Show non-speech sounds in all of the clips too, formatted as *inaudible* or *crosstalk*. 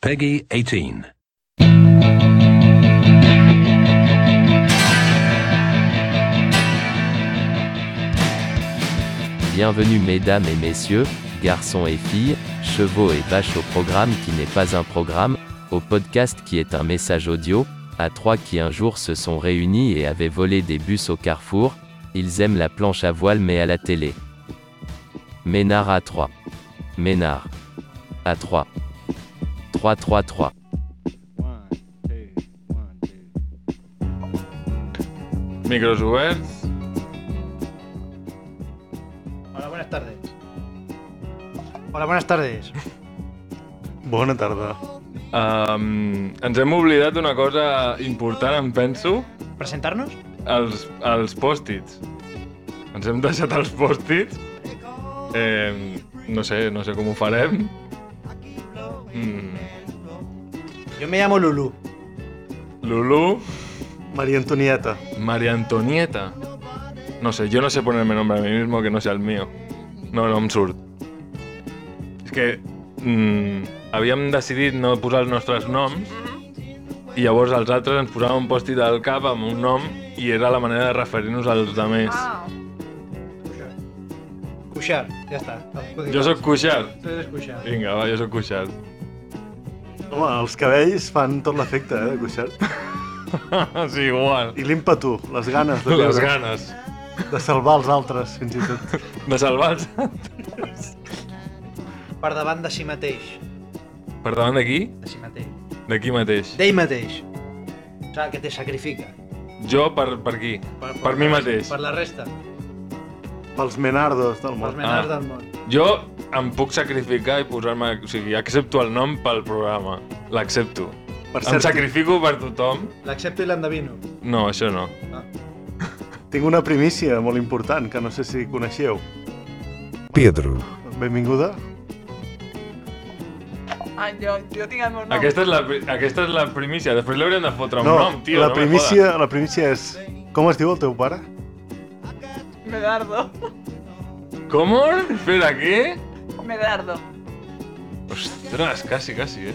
Peggy 18. Bienvenue mesdames et messieurs, garçons et filles, chevaux et vaches au programme qui n'est pas un programme, au podcast qui est un message audio, à trois qui un jour se sont réunis et avaient volé des bus au carrefour, ils aiment la planche à voile mais à la télé. Ménard à 3. Ménard. À 3. 3 3 3. One, two, one, two. Micros Uber, Hola, buenas tardes. Hola, buenas tardes. Bona tarda. um, ens hem oblidat d'una cosa important, em penso, ¿Presentarnos? els, els pòstits. Ens hem deixat els pòstits. Eh, no sé, no sé com ho farem. Mm, Yo me llamo Lulu. Lulu, María Antonieta. María Antonieta. No sé, yo no sé ponerme nombre a mí mismo que no sea el mío. No, no em surt. És que mm, havíem decidit no posar els nostres noms i llavors els altres ens posàvem un pòstit al cap amb un nom i era la manera de referir-nos als altres. Cushar, ya está. Jo sóc Cuixart. Tú eres Cushar. Vinga, va, jo sóc Cuixart. *laughs* Home, els cabells fan tot l'efecte, eh, de Cuixart. sí, igual. I l'ímpetu, les ganes de, Les viure, ganes de salvar els altres, fins i tot. de salvar-se. Per davant de si mateix. Per davant d'aquí, De si mateix. d'aquí mateix. D'ell mateix. O sea, que te sacrifica. Jo per, per aquí. Per mi mateix. Per la resta. Pels menardos del Pels món. menars Ah. del món. Jo em puc sacrificar i posar-me... O sigui, accepto el nom pel programa. L'accepto. Per Em cert, sacrifico per tothom? L'accepto i l'endevino. No, això no. Ah. tinc una primícia molt important, que no sé si coneixeu. Pedro, Benvinguda. Ah, jo, jo tinc el meu nom. Aquesta és la, pri- aquesta és la primícia. Després l'haurien de fotre un nom, tio. la no me primícia, la primícia és... Com es diu el teu pare? *laughs* Medardo. jodes. Com? Espera, què? Medardo. Ostres, quasi, quasi, eh?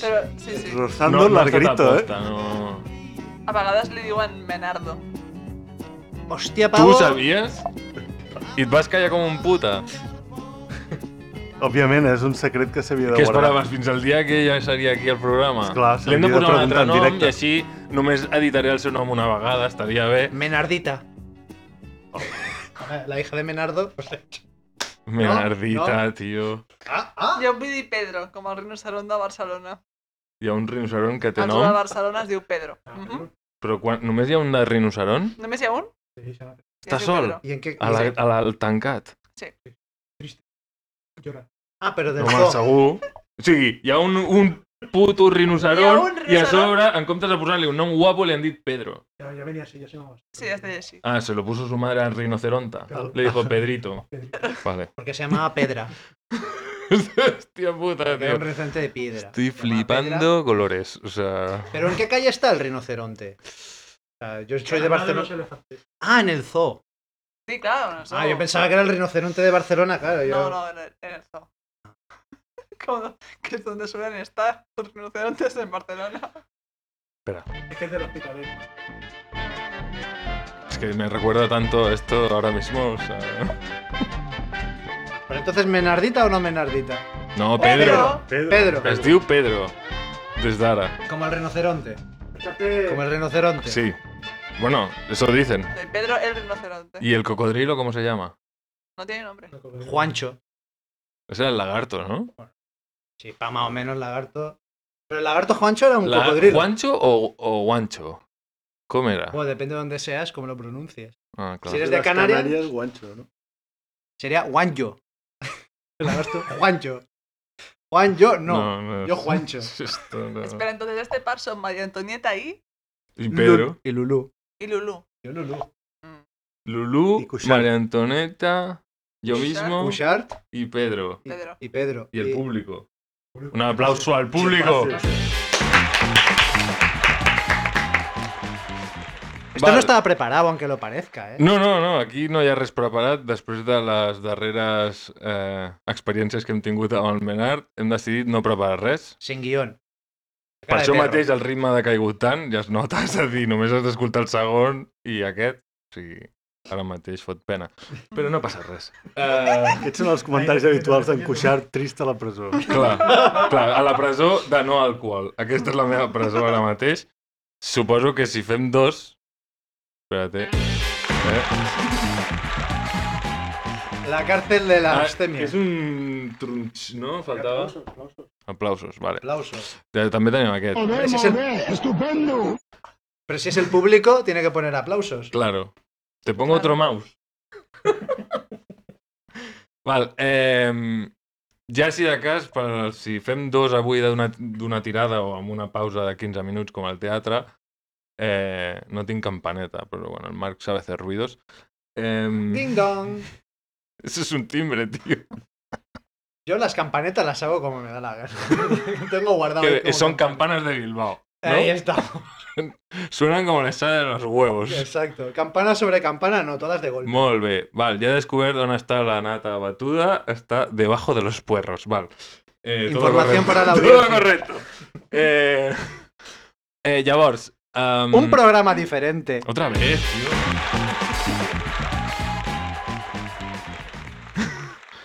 Però, sí, sí. Rosando ha estat Largarito, eh? aposta, No. A vegades li diuen Menardo. Hòstia, Tu ho Pau! sabies? I et vas callar com un puta. Òbviament, és un secret que s'havia Què de guardar. esperaves? Fins al dia que ja seria aquí al programa. Esclar, se L'hem de l'havia de posar un altre preguntar en nom directe. i així només editaré el seu nom una vegada, estaria bé. Menardita. Oh. Eh, La hija de Menardo. pues, eh. Menardita, tio. Ah, ah! Jo em vull dir Pedro, com el rinoceront de Barcelona. Hi ha un rinoceront que té El zoo de nom, Barcelona es diu Pedro. Mm però quan, només hi ha un de rinoceront? Només hi ha un? Sí, ja. que Està es diu sol? Pedro. I en què? A la, a la, al tancat. Llora. Ah, però del Home, zoo. segur. O sigui, hi ha un, un puto rinoceront, Hi ha i un a rinoceront. sobre, en comptes de posar-li un nom guapo, li han dit Pedro. Ja, ja venia així, ja sí, vamos. Sí, es deia així. Ah, se lo puso su madre al rinoceronta. Claro. Le dijo Pedrito. Vale. *laughs* Porque se llamaba Pedra. Hostia puta, Era un tío. rinoceronte de piedra. Estoy Se llamaba Pedra. flipando colores. O sea... ¿Pero en qué calle está el rinoceronte? O sea, yo soy de Barcelona. Ah, en el zoo. Sí, claro, en el zoo. Ah, yo pensaba que era el rinoceronte de Barcelona, claro. Yo... No, no, en el, en el zoo. *laughs* Como que es donde suelen estar los rinocerontes en Barcelona. Es que es del hospital. Es que me recuerda tanto esto ahora mismo. O sea... Pero entonces, ¿menardita o no menardita? No, Pedro. Pedro, Es diu Pedro. Des d'ara. como el rinoceronte. Como el rinoceronte. Sí. Bueno, eso dicen. El Pedro el rinoceronte. ¿Y Ah. el cocodrilo cómo se llama? No tiene nombre. Juancho. Ese era el lagarto, ¿no? Sí, pa, más o menos lagarto. Pero el lagarto Juancho era un La- cocodrilo. ¿Juancho o, o guancho? ¿Cómo era? Bueno, depende de dónde seas, como lo pronuncies. Ah, claro. Si eres de Canarias, guanxo, no? sería Juancho. El *laughs* lagarto Juancho. Juancho, no. Yo *laughs* Juancho. Esto no. Espera, entonces este par son María Antonieta y, Y Pedro. Lul- Y Lulú. y Lulú. Yo Lulú. Mm. Lulú, Y Cuixart. María Antonieta, yo Cuixart. mismo Cushart y Pedro. Pedro. y Pedro. Y el público. Un aplauso al público. Fácil. Esto Val. no estaba preparado, aunque lo parezca, ¿eh? No, no, no, aquí no hi ha res preparat. Després de les darreres eh, experiències que hem tingut amb el Menard, hem decidit no preparar res. Sin guión. Per Cara de això perro. mateix el ritme ha caigut tant, ja es nota, *laughs* és a dir, només has d'escoltar el segon i aquest, o sigui, ara mateix fot pena. Però no passa res. Eh. Uh, Aquests són els comentaris habituals d'en Cuixart, trist a la presó. clar, clar, a la presó de no alcohol. Aquesta és la meva presó ara mateix. Suposo que si fem dos... Espérate. Eh? La cárcel de la Ah, abstemia. és un tronx, no? Faltava... Aplausos, vale. Aplausos. Eh, També tenim aquest. Pero si, es el, estupendo. pero si es el público, tiene que poner aplausos. Claro. Te pongo otro mouse. Val, eh, ja si de cas, per, si fem dos avui d'una d'una tirada o amb una pausa de 15 minuts com al teatre, eh, no tinc campaneta, però bueno, el Marc sabe fer ruidos. Eh, Ding dong. *laughs* eso es un timbre, tío. Yo las campanetas las hago como me da la gana. *laughs* Tengo guardado. ahí Que como son campanas. campanas de Bilbao. Ahí ¿no? *laughs* está. Suenan como les salen los huevos. Exacto. Campana sobre campana, no, todas de golpe. Molt bé. Val, ja he descobert on està la nata batuda. Està debajo de los puerros. Val. Eh, todo Información correcto. para la *laughs* Todo audiencia. correcto. Eh, eh, llavors... em, Un programa diferente. Otra vez, tío.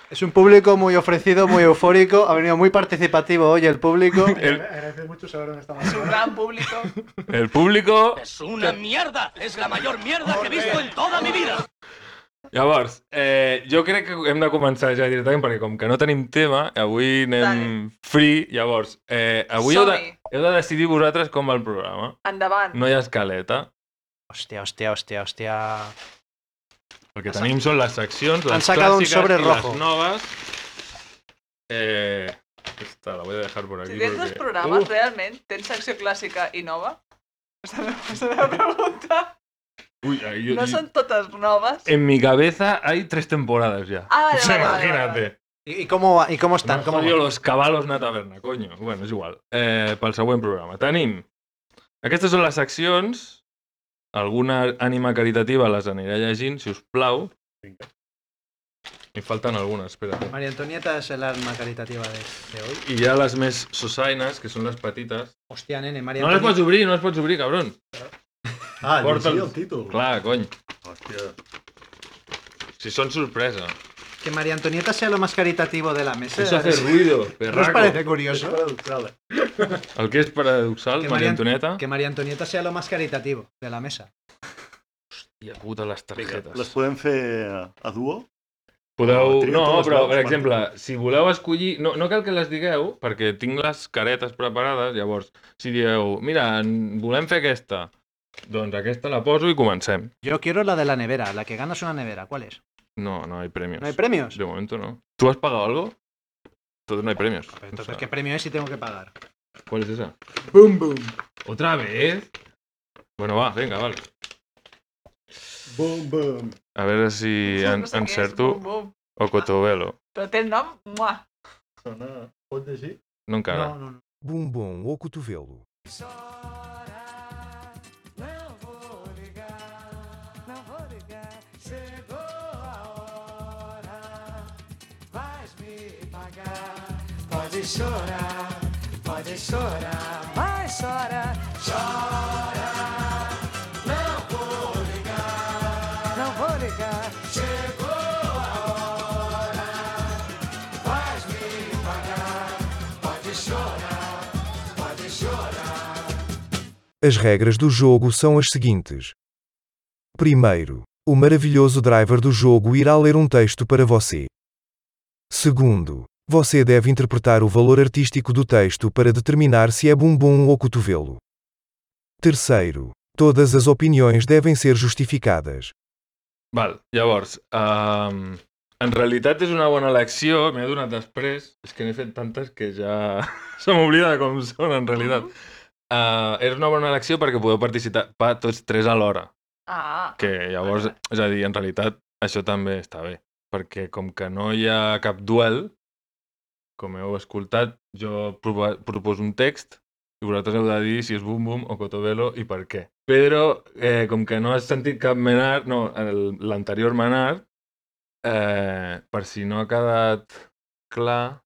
Es un público muy ofrecido, muy eufórico. Ha venido muy participativo hoy el público. El, Agradeces mucho saber dónde estamos. Es un gran público. *laughs* el público... Es una mierda. Es la mayor mierda que he visto en toda mi vida. Llavors, eh, jo crec que hem de començar ja directament perquè com que no tenim tema, avui anem Dale. free. Llavors, eh, avui heu de, Som-hi. heu de decidir vosaltres com va el programa. Endavant. No hi ha escaleta. *laughs* Hostia, hostia, hostia, hostia. El que tenim són les seccions, les Han sacado un clàssiques sobre i rojo. les noves. Eh, esta la voy a dejar por aquí. Si tens dos porque- uh, programes, Uf, realment, tens secció clàssica i nova? És la meva- és la meva pregunta. uy, ahí yo- No són totes noves? En mi cabeza hay tres temporadas ya. *laughs* Ah, vale, O sea, vale, vale, imagínate. vale. ¿Y y cómo, va- y cómo M'han están? ¿Cómo jodido va? los caballos na taverna, coño. Bueno, és igual. Eh, pel següent programa. Tenim... Aquestes són les seccions. Alguna ànima caritativa les aniré llegint, si us plau. Vinga. Em falten algunes, espera't. María Antonieta es el arma caritativa de, de hoy. I hi ha les més sosaines, que són les petites. Hostia, nene, María No les pots Antonieta. obrir, no les pots obrir, cabron. Ah, Porta'l. llegia el títol. Clar, cony. Hòstia. Si són sorpresa. Que María Antonieta sea lo más caritativo de la mesa. Eso hace ruido, ¿No os perraco. parece És curioso? paradoxal. El que és paradoxal, Que Maria Maria- Antonieta. Que María Antonieta sea lo más caritativo de la mesa. I a puta les Les targetes. podem fer a duo? Podeu... Tria tu No, les però, veus, per Marta. exemple, si voleu escollir... No, no cal que les digueu, perquè tinc les caretes preparades, llavors, si dieu, mira, en- volem fer aquesta, doncs aquesta la poso i comencem. Yo quiero la de la nevera, la que ganas una nevera. ¿Cuál es? No, no hay premios. ¿No hay premios? De momento no. ¿Tú has pagado algo? Entonces no hay premios. Pero Pues entonces, O sea, ¿qué premio es si tengo que pagar? ¿Cuál es esa? ¡Bum, bum! ¿Otra vez? Bueno, va, venga, vale. Bum, bum. A veure si Sí, en, no sé què és, bum, encerto bum. o Cotovelo. Però té el nom? Muah. Sona... Pot llegir? No encara. No, no, no. Bumbum ou cotovelo. As regras do jogo são as seguintes: primeiro, o maravilhoso driver do jogo irá ler um texto para você. Segundo, você deve interpretar o valor artístico do texto para determinar se é bumbum ou cotovelo. Terceiro, todas as opiniões devem ser justificadas. Val, llavors, um, en realitat és una bona elecció, m'he adonat després, és que n'he fet tantes que ja *laughs* se m'oblida de com són en realitat. Uh, és una bona elecció perquè podeu participar pa, tots tres alhora, Ah, que llavors, és a dir, en realitat això també està bé, perquè com que no hi ha cap duel, com heu escoltat, jo propo- proposo un text i Figurators heu de dir si és Bum Bum o Cotobelo i per què. Pedro, eh, com que no has sentit cap Menard, no, el- l'anterior Menard, eh, per si no ha quedat clar...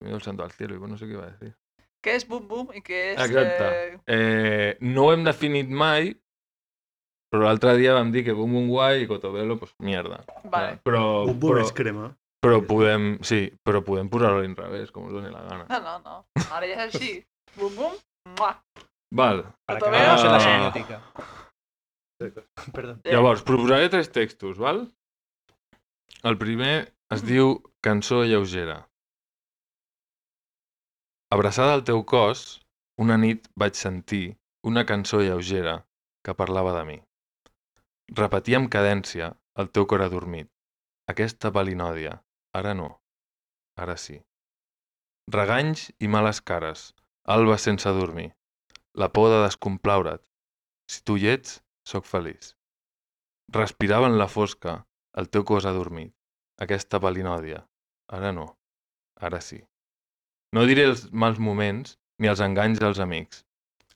Mira el santo al cielo, igual no sé què va a dir. Què és Bum Bum i què és... Exacte. Eh... Eh, no ho hem definit mai, però l'altre dia vam dir que Bum Bum Guai i Cotobelo, pues, mierda. Vale. Però, Un bum però, és crema. però podem, sí, però podem posar-ho a l'inrevés, com us doni la gana. No, no, no. Ara ja és així. Bum Bum, muah. Val, Para que Otra vez. veamos en Ah. la semiótica. Perdón. Eh. Llavors, proposaré tres textos, val? El primer es diu Cançó lleugera. Abraçada al teu cos, una nit vaig sentir una cançó lleugera que parlava de mi. Repetia amb cadència el teu cor adormit. Aquesta palinòdia, ara no, ara sí. Reganys i males cares, alba sense dormir. La por de descomplaure't. Si tu hi ets, sóc feliç. Respirava en la fosca, el teu cos adormit. Aquesta palinòdia. Ara no. Ara sí. No diré els mals moments ni els enganys dels amics.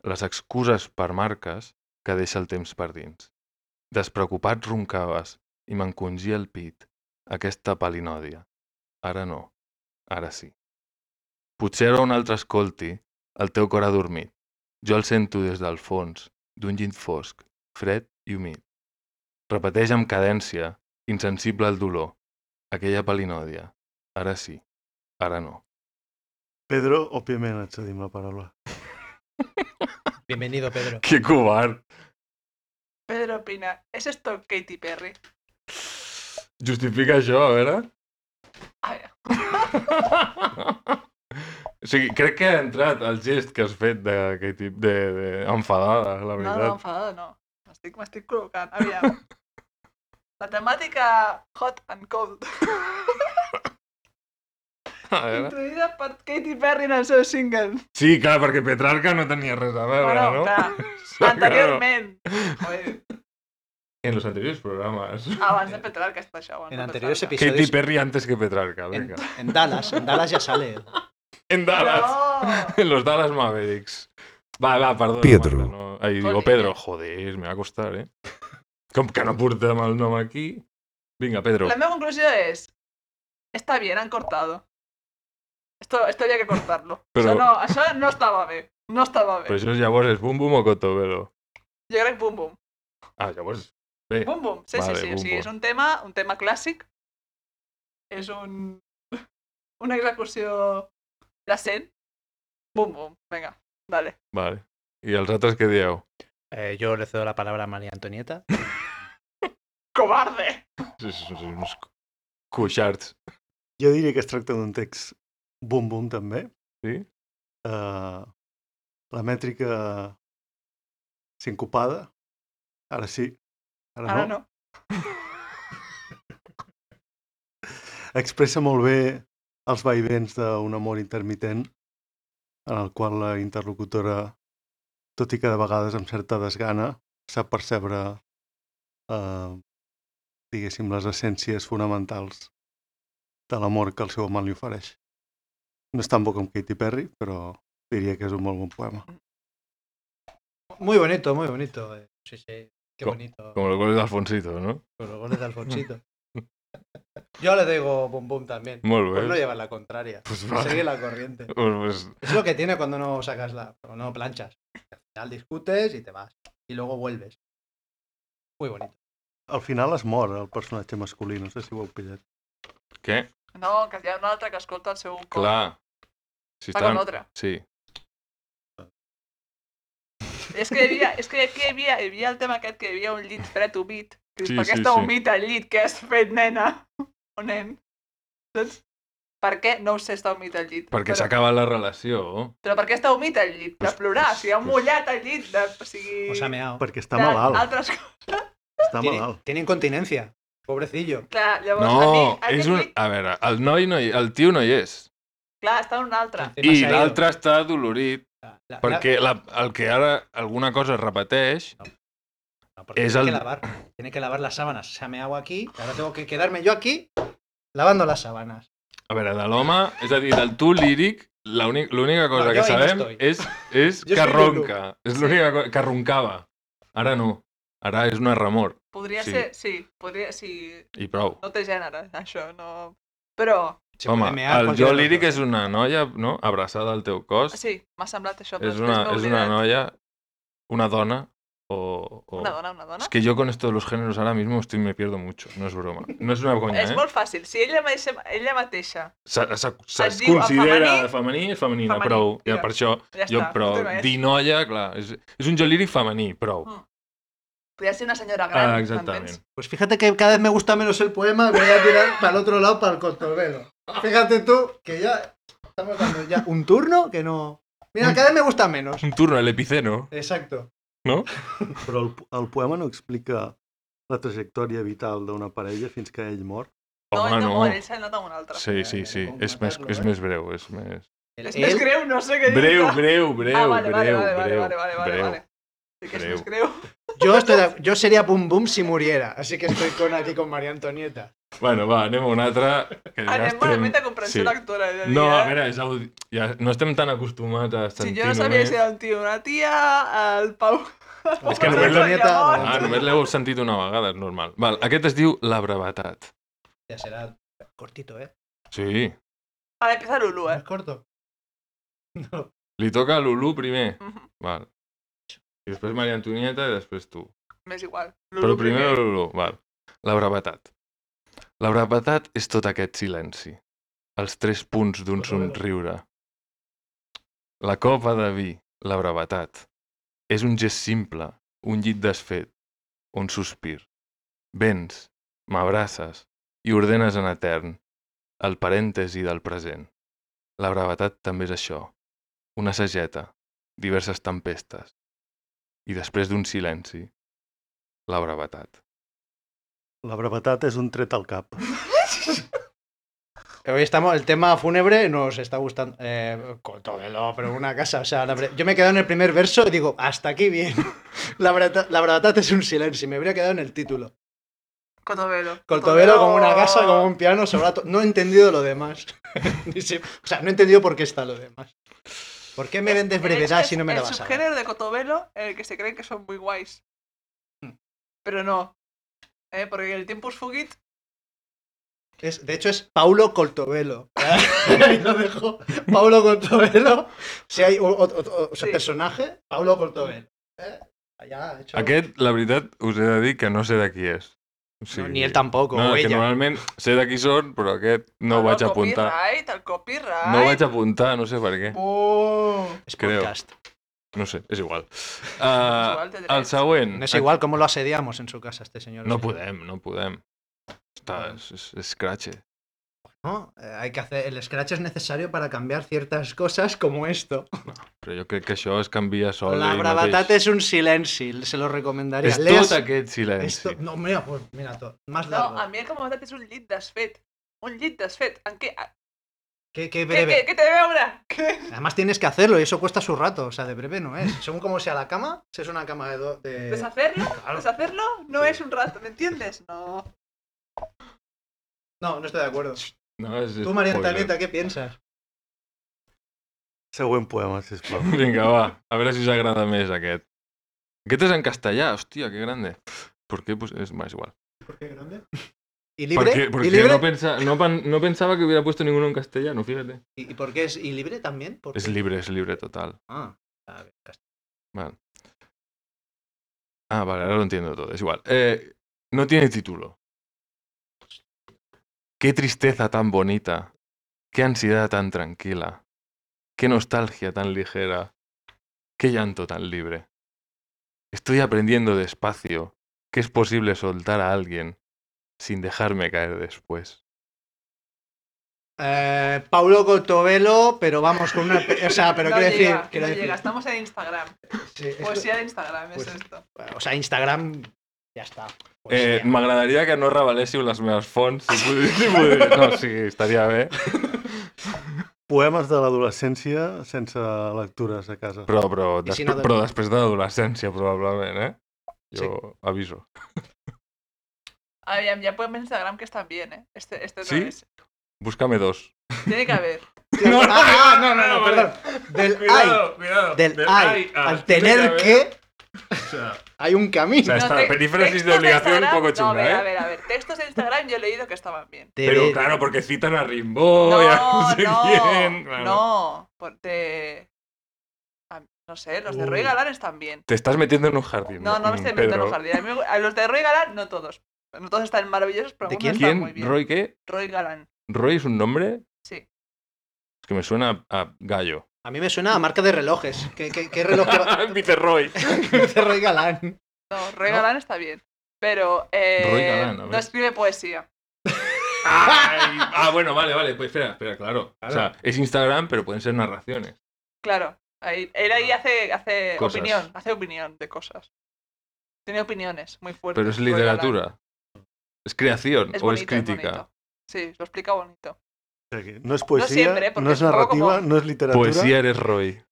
Les excuses per marques que deixa el temps per dins. Despreocupat roncaves i m'encongia el pit. Aquesta palinòdia. Ara no. Ara sí. Potser ara un altre escolti el teu cor adormit. Jo el sento des del fons, d'un llit fosc, fred i humit. Repeteix amb cadència, insensible al dolor, aquella palinòdia. Ara sí, ara no. Pedro, òbviament, et cedim la paraula. Bienvenido, Pedro. *laughs* Que covard! Pedro opina, ¿es esto Katy Perry? Justifica això, a veure. A ver, o sigui, crec que ha entrat el gest que has fet de, de, de, de enfadada, la no, no, veritat. enfadado no. M'estic, m'estic col·locant. Aviam. *laughs* La temàtica hot and cold, A veure. introduïda per Katy Perry en el seu single. Sí, clar, perquè Petrarca no tenia res a veure, Bueno, Ah, no? clar, anteriorment. Joder, En los anteriores programas. abans de Petrarca està això. abans En de anteriores Petrarca. Katy episodios. Perry antes que Petrarca, En, venga. en Dallas, en Dallas ya sale. En Dallas. No! En *laughs* los Dallas Mavericks. Va, va, perdó. Pedro. Marta, no. Ahí digo, Joder. Pedro, joder, me va a costar, eh? Com que no portem el nom aquí? Vinga, Pedro. La meva conclusió és, está bien, han cortado. Esto, esto había que cortarlo. Però- Això, no, això no estava bé. No estava bé. Però això llavors és Bum Bum o Cotobelo? Jo crec bum bum. Ah, llavors... Bé, Bum bum, sí, Vale, sí, sí. Bum o sigui, Bum. és un tema, un tema clàssic. És un... *laughs* una execució decent. Bum bum, vinga, dale. vale. I els altres què dieu? Eh, yo le cedo la palabra a María Antonieta. Cobarde! Sí, sí, sí, uns cuixarts. Jo diria que es tracta d'un text bum bum també. Sí? Uh, la mètrica sincopada. Ara sí, ara, Ara no. Expressa molt bé els vaivens d'un amor intermitent en el qual la interlocutora, tot i que de vegades amb certa desgana, sap percebre, eh, diguéssim, les essències fonamentals de l'amor que el seu amant li ofereix. No és tan bo com Katy Perry, però diria que és un molt bon poema. Muy bonito, muy bonito. eh. Sí, sí. Qué Co- bonito. Com el gol d'Alfonsito, no? Con los goles de *laughs* Alfonsito. Yo le digo bum bum también. Molt Pues no bé. llevas la contraria. Pues Seguir vale. la corriente. *laughs* Pues, pues, Es lo que tiene cuando no sacas la. cuando no planchas. Al final discutes y te vas. Y luego vuelves. Muy bonito. Al final es mor el personatge masculí, no sé si ho heu pillat. què? No, que hi ha un altre que escolta el seu cor. Clar. Si Està con otra. Sí. És que hi havia, és que aquí hi havia, hi havia el tema aquest que hi havia un llit fred humit. Que dius, Sí, per sí, què està sí. humit el llit que has fet, nena? *laughs* O nen? Saps? Per què? No ho sé, està humit el llit. Perquè Però- s'ha acabat la relació. Però per què està humit el llit? De Pues- plorar, pues- o sigui, ha pues- mullat el llit, de, o sigui... Os ha meado. Perquè està de malalt, Altres coses. està Tiene, malalt. tiene incontinencia. Pobrecillo. Clar, llavors, a mi, No, aquest és un... llit, A veure, el noi no hi... El tio no hi és. clar, està en un altre. Encima I se ha ido. l'altre està dolorit La- la- perquè la, el que ara alguna cosa es repeteix... no, porque es tiene, al- que lavar, tiene que lavar las sábanas. Se ha meado aquí. y Ahora tengo que quedarme yo aquí lavando las sábanas. A veure, de l'home, és a dir, del tu líric, La única- l'única cosa No, que jo ahí no sabem estoy. és, és Jo que soy ronca. És l'única cosa que roncava. Ara no. Ara és una remor. Podria Sí. ser... Sí, podria... Sí, I prou. no té gènere, això, no... Però, Se Home, puede mear el cualquiera jo de los líric dos. és una noia no? abraçada al teu cos. Ah, sí, m'ha semblat això. però és, després una, m'he és una oblidat. noia, una dona o... o... Una dona, una dona. Es que yo con esto de los géneros ahora mismo estoy, me pierdo mucho, no es broma. No es una coña, És ¿eh? molt fàcil. Si ella, mateixa, ella mateixa... Se, se, se Es es diu el considera femení, femení- femení és femenina, femení, prou. Ja, mira, per això, Ja jo, està. però tu no és. dir noia, clar, és, és un jo líric femení, prou. Mm, Podria ser una senyora gran. Ah, exactament. entens? Pues fíjate que cada vez me gusta menos el poema, me voy a tirar para el otro lado, para el contorvelo. Fíjate tú que ya estamos dando ya un turno que no... Mira, cada vez me gusta menos. Un turno, el epiceno. Exacto. Però el, el poema no explica la trajectòria vital d'una parella fins que ell mor. No, Home, ell no, no. mor, ell s'ha anat a un altre. Sí, sí, sí. És més, és més breu, és més... El- És més él- greu, no sé què dir. Breu, breu, breu, ah, vale, vale, breu, vale, breu, vale, vale, vale, breu. vale. Sí que és breu. més greu. yo, estoy de- yo sería Boom Boom si muriera, así que estoy con aquí con María Antonieta. Bueno, va, anem a una altra. Que ja Anem estem- malament a comprensió sí. lectora. és a dir, No, eh? a veure, és audi... ja no estem tan acostumats a Si sentir jo no sabia només- si era un tio o una tia, el Pau... Es que només la- Ah, Llavors- només l'heu sentit una vegada, és normal. Val, aquest es diu La brevetat. Ya será cortito, ¿eh? Sí. Ara empieza l'Ulu, eh? ¿Es corto? *laughs* No. Li toca a Lulú primer. Mhm, Val. I després Maria Antonieta i després tu. M'és igual. Però L'Ulu primer a Lulú. Val. La brevetat. La brevetat és tot aquest silenci. Els tres punts d'un somriure. La copa de vi, la brevetat. És un gest simple, un llit desfet, un sospir. Vens, m'abraces i ordenes en etern el parèntesi del present. La brevetat també és això, una sageta, diverses tempestes i després d'un silenci, la brevetat. La brevetat és un tret al cap. Hoy estamos, el tema fúnebre nos está gustando. Eh, con todo el lado, pero una casa. O sea, la bre- yo me he quedado en el primer verso y digo, hasta aquí bien. *laughs* La verdad, la verdad es un silencio, me habría quedado en el título. Cotovelo. Coltobero como una casa, como un piano, sobrato. No he entendido lo demás. *laughs* Ni si- o sea, no he entendido por qué está lo demás. ¿Por qué me vendes El hecho brevedad Este es si no me la el vas a dar? subgénero de Cotovelo en el que se creen que son muy guays. Hmm. Pero no. Eh, Porque el Tempus Fugit Es- de hecho, es Paulo *laughs* Coltobelo. Ahí lo dejo. Paulo Coltobelo. Si hay o- o- o- o sea, Sí. personaje, Paulo Coltobelo. Eh, allá, de hecho. Aquest, la veritat, us he de dir que no sé de qui és. O No, ni él tampoco, No, o que ella. normalment sé de qui són, però aquest no el vaig apuntar. Copyright, el copyright. Uh, No Ah, vaig apuntar, no sé per què. Oh, es creo. podcast. No sé, és igual. Uh, pues igual, té el drets. següent. No es igual cómo lo asediamos en su casa este señor. No O sea, podem, no podem. Està, és, és, és cratxe. ¿no? Eh, hay que hacer. El scratch es necesario para cambiar ciertas cosas como esto. *laughs* Però jo crec que això es canvia sol La ell brevetat mateix. és un silenci, se lo recomendaria. És Lees tot aquest silenci. esto- No, mira, pues, mira, tot. Más No, largo. a mi el que m'ha matat és un llit desfet. Un llit desfet. En què? a- Qué, qué Què, breve. què, què té a veure? Què? Además tienes que hacerlo y eso cuesta su rato. O sea, de breve no es. Según como sea la cama, si es una cama de... do- de- ¿Deshacerlo? Claro. ¿Deshacerlo? No es un rato, ¿me entiendes? No. No, no estoy de acuerdo. No, és Tú, María spoiler. Antonieta, ¿qué piensas? Següent poema, sisplau. *laughs* Vinga, va, a veure si us agrada més aquest. Aquest és en castellà, hòstia, que grande. Per què? Pues és més igual. ¿Por qué grande? ¿Y ¿Por libre? qué? Porque ¿Y libre? no, pensa, no, pan- no pensaba que hubiera puesto ninguno en castellano, fíjate. ¿Y y por qué es y libre también? ¿Por Es qué? libre, es libre total. Ah, a ver, cast- Vale. Ah, vale, ahora lo entiendo todo, es igual. Eh, no tiene título. Qué tristeza tan bonita, qué ansiedad tan tranquila, qué nostalgia tan ligera, qué llanto tan libre. Estoy aprendiendo despacio que es posible soltar a alguien sin dejarme caer después. Eh, Paulo Cotovelo, pero vamos, con una... O sea, pero *laughs* no quiero llega, decir... Quiero no decir llega. Estamos en Instagram. sí, esto- Poesía de Instagram, es Pues- esto. O sea, Instagram ya está. Pues Eh, ya. M'agradaria que no reveléssiu les meves fonts, si *laughs* pudi- si pudi- No, sí, estaria bé. Poemes de l'adolescència sense lectures a casa. Però, però, I si despre- no, doncs? però després de l'adolescència, probablement, eh? Jo aviso. A ver, ya, ya pueden ver Instagram que están bien, ¿eh? Este, este no ¿Sí? es. Búscame dos. Tiene que haber. *laughs* No, ah, ah, no, no, no, vale. perdón. Del Cuidado, cuidado. ay. Del, ay. ah, Al tiene tener haber- que, o sea, hay un o camino. sea, esta te- perífrasis textos de obligación un Instagram- poco No, a chunga, ver, a ¿eh? ver, a ver. Textos de Instagram yo he leído que estaban bien. Pero Debe- claro, porque citan a Rimbaud y a no *laughs* No, sé quién. no, claro. no. por- de- a- No sé, los de Roy Uy. Galán están bien. Te estás metiendo en un jardín. No, no me estoy metiendo en Pedro. los jardines. A mí me- a los de Roy Galán, no todos. No todos están maravillosos, pero ¿De algunos quién? están muy bien. ¿Quién? ¿Roy qué? Roy Galán, ¿Roy es un nombre? sí. Es que me suena a, a gallo. A mí me suena a marca de relojes. ¿Qué, qué- qué reloj que va? *laughs* *laughs* Dice Roy. Dice Roy Galán. No, Roy No. Galán está bien. Pero eh, Roy Galán, a no ver. escribe poesía. Ay, ah, bueno, vale, vale. Pues espera, espera, claro. O sea, es Instagram, pero pueden ser narraciones. Claro. Ahí, él ahí hace, hace Cosas. opinión, hace opinión de cosas. Tiene opiniones muy fuertes. Pero es Roy Galán. literatura. Es creación Es o es bonito, es crítica. bonito. sí, lo explica bonito. O sea que no es poesía, no, eh, siempre, porque es es un poco narrativa, como- no es literatura. Poesía eres Roy.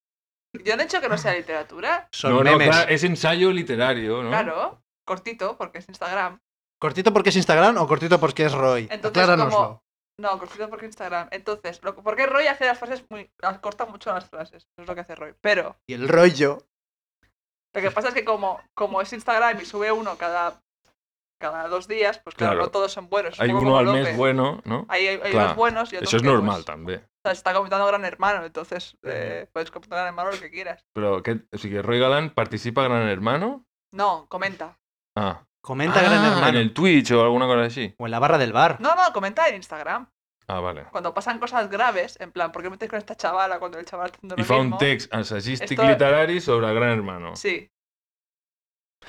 Yo no he dicho que no sea literatura, Son no, no, memes. claro, eh. es ensayo literario, *laughs* ¿no? claro, cortito, porque es Instagram. ¿Cortito porque es Instagram o cortito porque es Roy? Entonces, Acláranoslo. como- No, cortito porque Instagram. Entonces, lo, porque Roy hace las frases muy. las corta mucho las frases, es lo que hace Roy. Pero Y el rollo. lo que pasa es que como, como es Instagram y sube uno cada, cada dos días, pues claro, Claro. no todos son buenos. es un Hay poco uno como al Lope. mes bueno, ¿no? Hay, hay Claro, unos buenos y otros Eso es que, pues, normal también. o sea, se está comentando Gran Hermano, entonces eh, puedes comentar Gran Hermano lo que quieras. Pero que, así que Roy Galán participa Gran Hermano. No, comenta. Ah. Comenta Ah, Gran Hermano. En el Twitch o alguna cosa así. O en la barra del bar. No, no, comenta en Instagram. Ah, vale. Cuando pasan cosas graves, en plan, ¿por qué metes con esta chavala cuando el chaval está haciendo Y lo fa un mismo? text ensayístic Esto- literari sobre el Gran Hermano. Sí.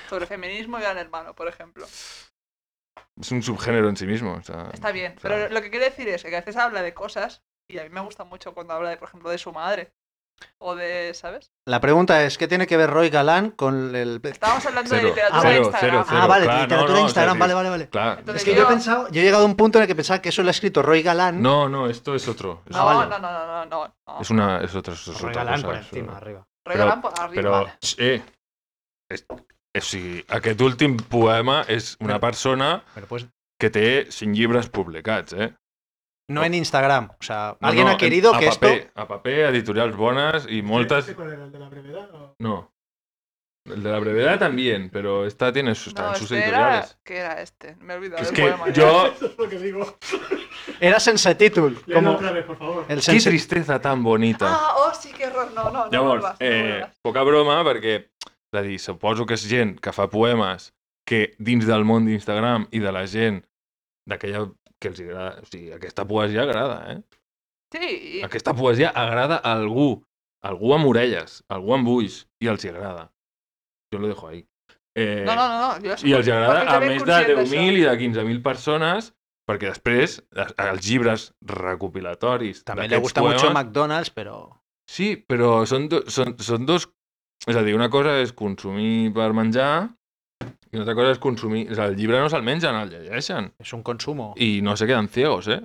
Sobre feminismo y gran hermano, por ejemplo. Es un subgénero en sí mismo. o sea, Está bien. está- Pero lo que quiero decir es que a veces habla de cosas y a mí me gusta mucho cuando habla de, por ejemplo, de su madre. O de, ¿sabes? La pregunta es, ¿qué tiene que ver Roy Galán con el... Estábamos hablando Cero, de literatura cero, de Instagram. cero, cero. ah, vale, claro, no, no, literatura de o sea, Instagram, sí. vale, vale, vale. Claro. Entonces- Es que yo, yo- he pensado, yo he llegado a un punto en el que pensaba que eso lo ha escrito Roy Galán. No, no, esto es otro. Es, Ah, No, otro. no, no, no, no, no. no. Es una, es otra, es otra Roy Galán cosa, Ah, por es encima, otra- arriba. Regalan por arriba. Però, vale. eh, és, és, o sigui, aquest últim poema és una persona Bueno, pues que té cinc llibres publicats, eh? no en Instagram. O sea, No, alguien no, ha querido a que esto... paper, A paper, editorials bones i moltes... ¿Este cuál era, el de la brevedad? o- No. El de la brevedad también, pero esta tiene sus, No, en sus este era... editoriales. ¿Qué era este? Me he olvidado. Es del que poema, ya. yo... ¿eh? Eso es lo que digo. Era sense títol. Léelo Como otra vez, por favor. el Qué sense... tristeza tan bonita. Ah, oh, sí, qué error. No, no, no. Llavors, vuelvas, no eh, vuelvas. poca broma, perquè, és a dir, suposo que és gent que fa poemes que dins del món d'Instagram i de la gent d'aquella que els agrada, o sigui, aquesta poesia agrada, eh? Sí. Aquesta poesia agrada a algú, algú amb orelles, algú amb ulls, i els hi agrada. Jo lo dejo ahí. Eh, No, no, no. no. Yo soy I els hi agrada a perfectament més de conscient d'això. 10.000 i de 15.000 persones, perquè després es- els llibres recopilatoris También le d'aquests gusta poemes, mucho McDonald's, pero... Sí, però són, do, són, són dos... És a dir, una cosa és consumir per menjar i una altra cosa és consumir... És a dir, el llibre no se'l mengen, el llegeixen. Es un consumo. I no se queden ciegos, eh?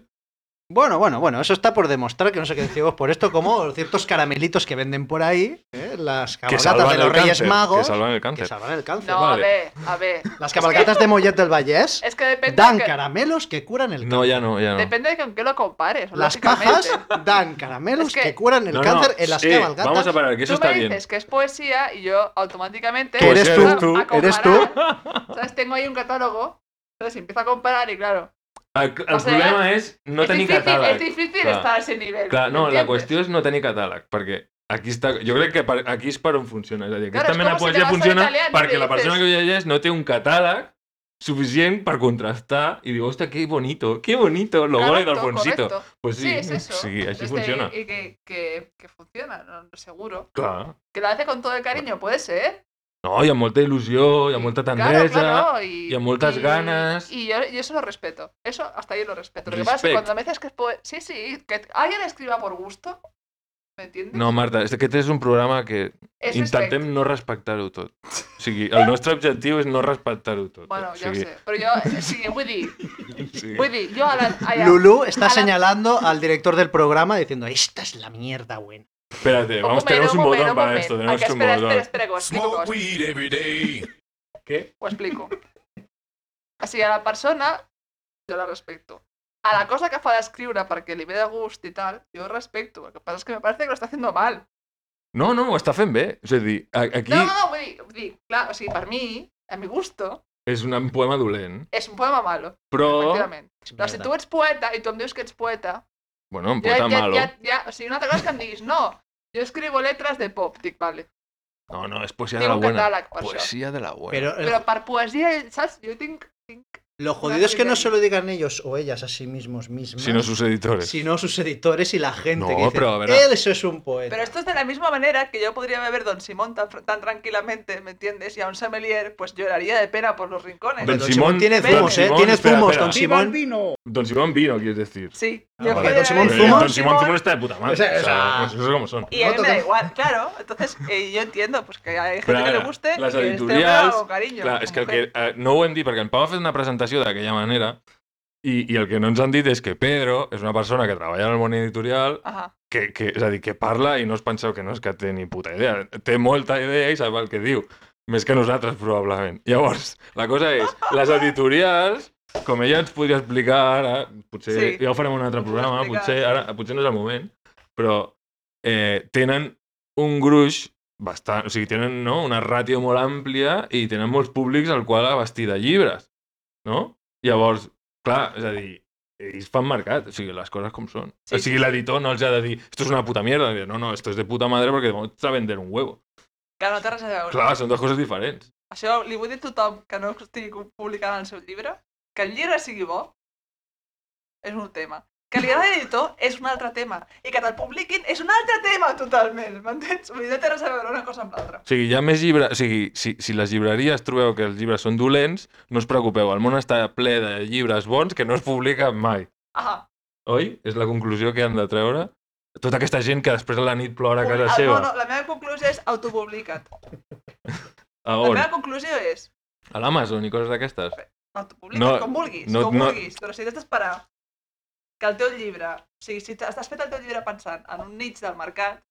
Bueno, bueno, bueno, eso está por demostrar que no sé qué decimos por esto, como ciertos caramelitos que venden por ahí, ¿eh? las cabalgatas de los Reyes càncer. Magos, Que salvan el que càncer. salvan el cáncer. No, Vale. a ver, a ver. Las cabalgatas de Mollet del Vallés Es que depende. dan de que- caramelos que curan el cáncer. No, ja no, ja no. Depende de con qué lo compares. Las lógicamente. pajas dan caramelos Es que... que- curan el no, cáncer en las eh, cabalgatas. Vamos a parar, que eso tú me está bien. dices que es poesía y yo automáticamente. Que eres empiezo tú, a tú, eres tú. comparar, ¿Sabes? Tengo ahí un catálogo. Entonces empiezo a comparar y claro. El, el O sea, problema és no es, tenir difícil, catàleg. es difícil Clar. estar a ese nivel. Clar, no, la ¿entiendes? qüestió és no tenir catàleg, perquè aquí està, jo crec que per, aquí és per on funciona. És a dir, aquesta Claro, és mena de com si te poesia vas a funciona l'italià i perquè li la persona dices- que ho llegeix no té un catàleg suficient per contrastar i dir, hòstia, que bonito, que bonito, lo Correcto, gore d'Alfonsito. correcto. Pues sí, Sí, es eso. sí, així Este, funciona. Y que, que, que funciona, no, seguro. Clar. Que la hace con todo el cariño, puede ser. No, hi ha molta il·lusió, hi ha molta tendresa, Claro, claro, y, y a muchas ganas. Y yo, yo eso lo respeto. Eso hasta ahí lo respeto. Lo que Respect. pasa es que cuando me dices que es poe- Sí, sí, que alguien escriba por gusto. ¿Me entiendes? No, Marta, és que aquest és un programa que es intentem respect. no respectar-ho tot. O sigui, el nostre objectiu és no respectar-ho tot. Bueno, o ya sigui, sé. Pero yo. eh, Sí, Woody. *laughs* sí. Woody, yo a la. a la- Lulu está a la- señalando al director del programa diciendo, esta es la mierda buena. Espérate, Un vamos, momento, tenemos un momento, botón para momento. esto, Hay tenemos que un espera, botón. Espera, espera, que os explico. que os- ¿Qué? Os explico. Así a la persona, yo la respecto. a la cosa que fa d'escriure perquè li ve de gust i tal, jo respecto. El que passa és que me parece que lo está haciendo mal. No, no, ho està fent bé. És a dir, a- aquí No, no, no, vull dir, vull dir clar, o sigui, per mi, a mi gusto, és un poema dolent, és un poema malo, però... efectivament. Però si tu ets poeta i tu em dius que ets poeta, Bueno, un ja, poeta ja, malo. ja, ja, o sigui, una altra cosa és que em diguis, no, jo escribo letras de pop, dic, vale, No, no, és poesia de tinc la un buena. catàleg per això. Poesia de la buena. Pero el- Però per poesia, saps? Jo tinc... tinc... lo jodido es que no se lo digan ellos o ellas a sí mismos mismas, Si no sus editores. sino sus editores y la gente No, que dice, pero, a ver, a- él eso es un poeta. Pero esto es de la misma manera que yo podría beber Don Simón tan, tan tranquilamente, ¿me entiendes? Y a un sommelier, pues lloraría de pena por los rincones. Don Don Simón- Simón tiene Don zumos, eh, Simón, tiene espera, zumos, espera. Don Simón. Don Simón vino, quieres decir. Sí. Ah, yo vale. que Don Simón de- Eh, Zumón. Don Simón Zumón está de puta madre. O sea, O sea, o sea, las cosas como son. Y a No, mí me da total. igual, claro. Entonces, eh, yo entiendo pues que hay gente Però, a que le veure, guste les que editorials, o cariño. Clar, és que, el como que eh, no ho hem dit, perquè en Pau ha fet una presentació d'aquella manera i, i el que no ens han dit és que Pedro és una persona que treballa en el món editorial, Ajá. que, que, és a dir, que parla i no es penseu que no és que té ni puta idea. Té molta idea i sap el que diu. Més que nosaltres, probablement. Llavors, la cosa és, les editorials, com ella ens podria explicar ara, potser sí. Sí. ja ho farem en un altre Ens ho programa, explica. potser, ara, potser no és el moment, però eh, tenen un gruix bastant, o sigui, tenen no, una ràtio molt àmplia i tenen molts públics al qual abastir de llibres, no? Llavors, clar, és a dir, ells fan mercat, o sigui, les coses com són. Sí, Sí, o sigui, sí, sí. l'editor no els ha de dir esto es una puta mierda, dir, no, no, esto es de puta madre perquè te a vender un huevo. Claro, no té res a veure. Clar, són dues coses diferents. Això li vull dir a tothom que no estigui publicant el seu llibre, que el llibre sigui bo, és un tema. Que li agradi a l'editor és un altre tema. I que te'l publiquin és un altre tema totalment, m'entens? Vull dir, no té res a veure una cosa amb l'altra. O sigui, hi ha més llibres... O sigui, si, si les llibreries trobeu que els llibres són dolents, no us preocupeu, el món està ple de llibres bons que no es publiquen mai. Ahà. Oi? És la conclusió que han de treure? Tota aquesta gent que després a la nit plora a Publi- casa ah, seva. No, no, la meva conclusió és autopublica't. A La on? meva conclusió és A l'Amazon i coses d'aquestes? autopublica't No, com vulguis, no- com no- vulguis, però si t'has d'esperar que el teu llibre, o sigui, si t'has fet el teu llibre pensant en un niche del mercat,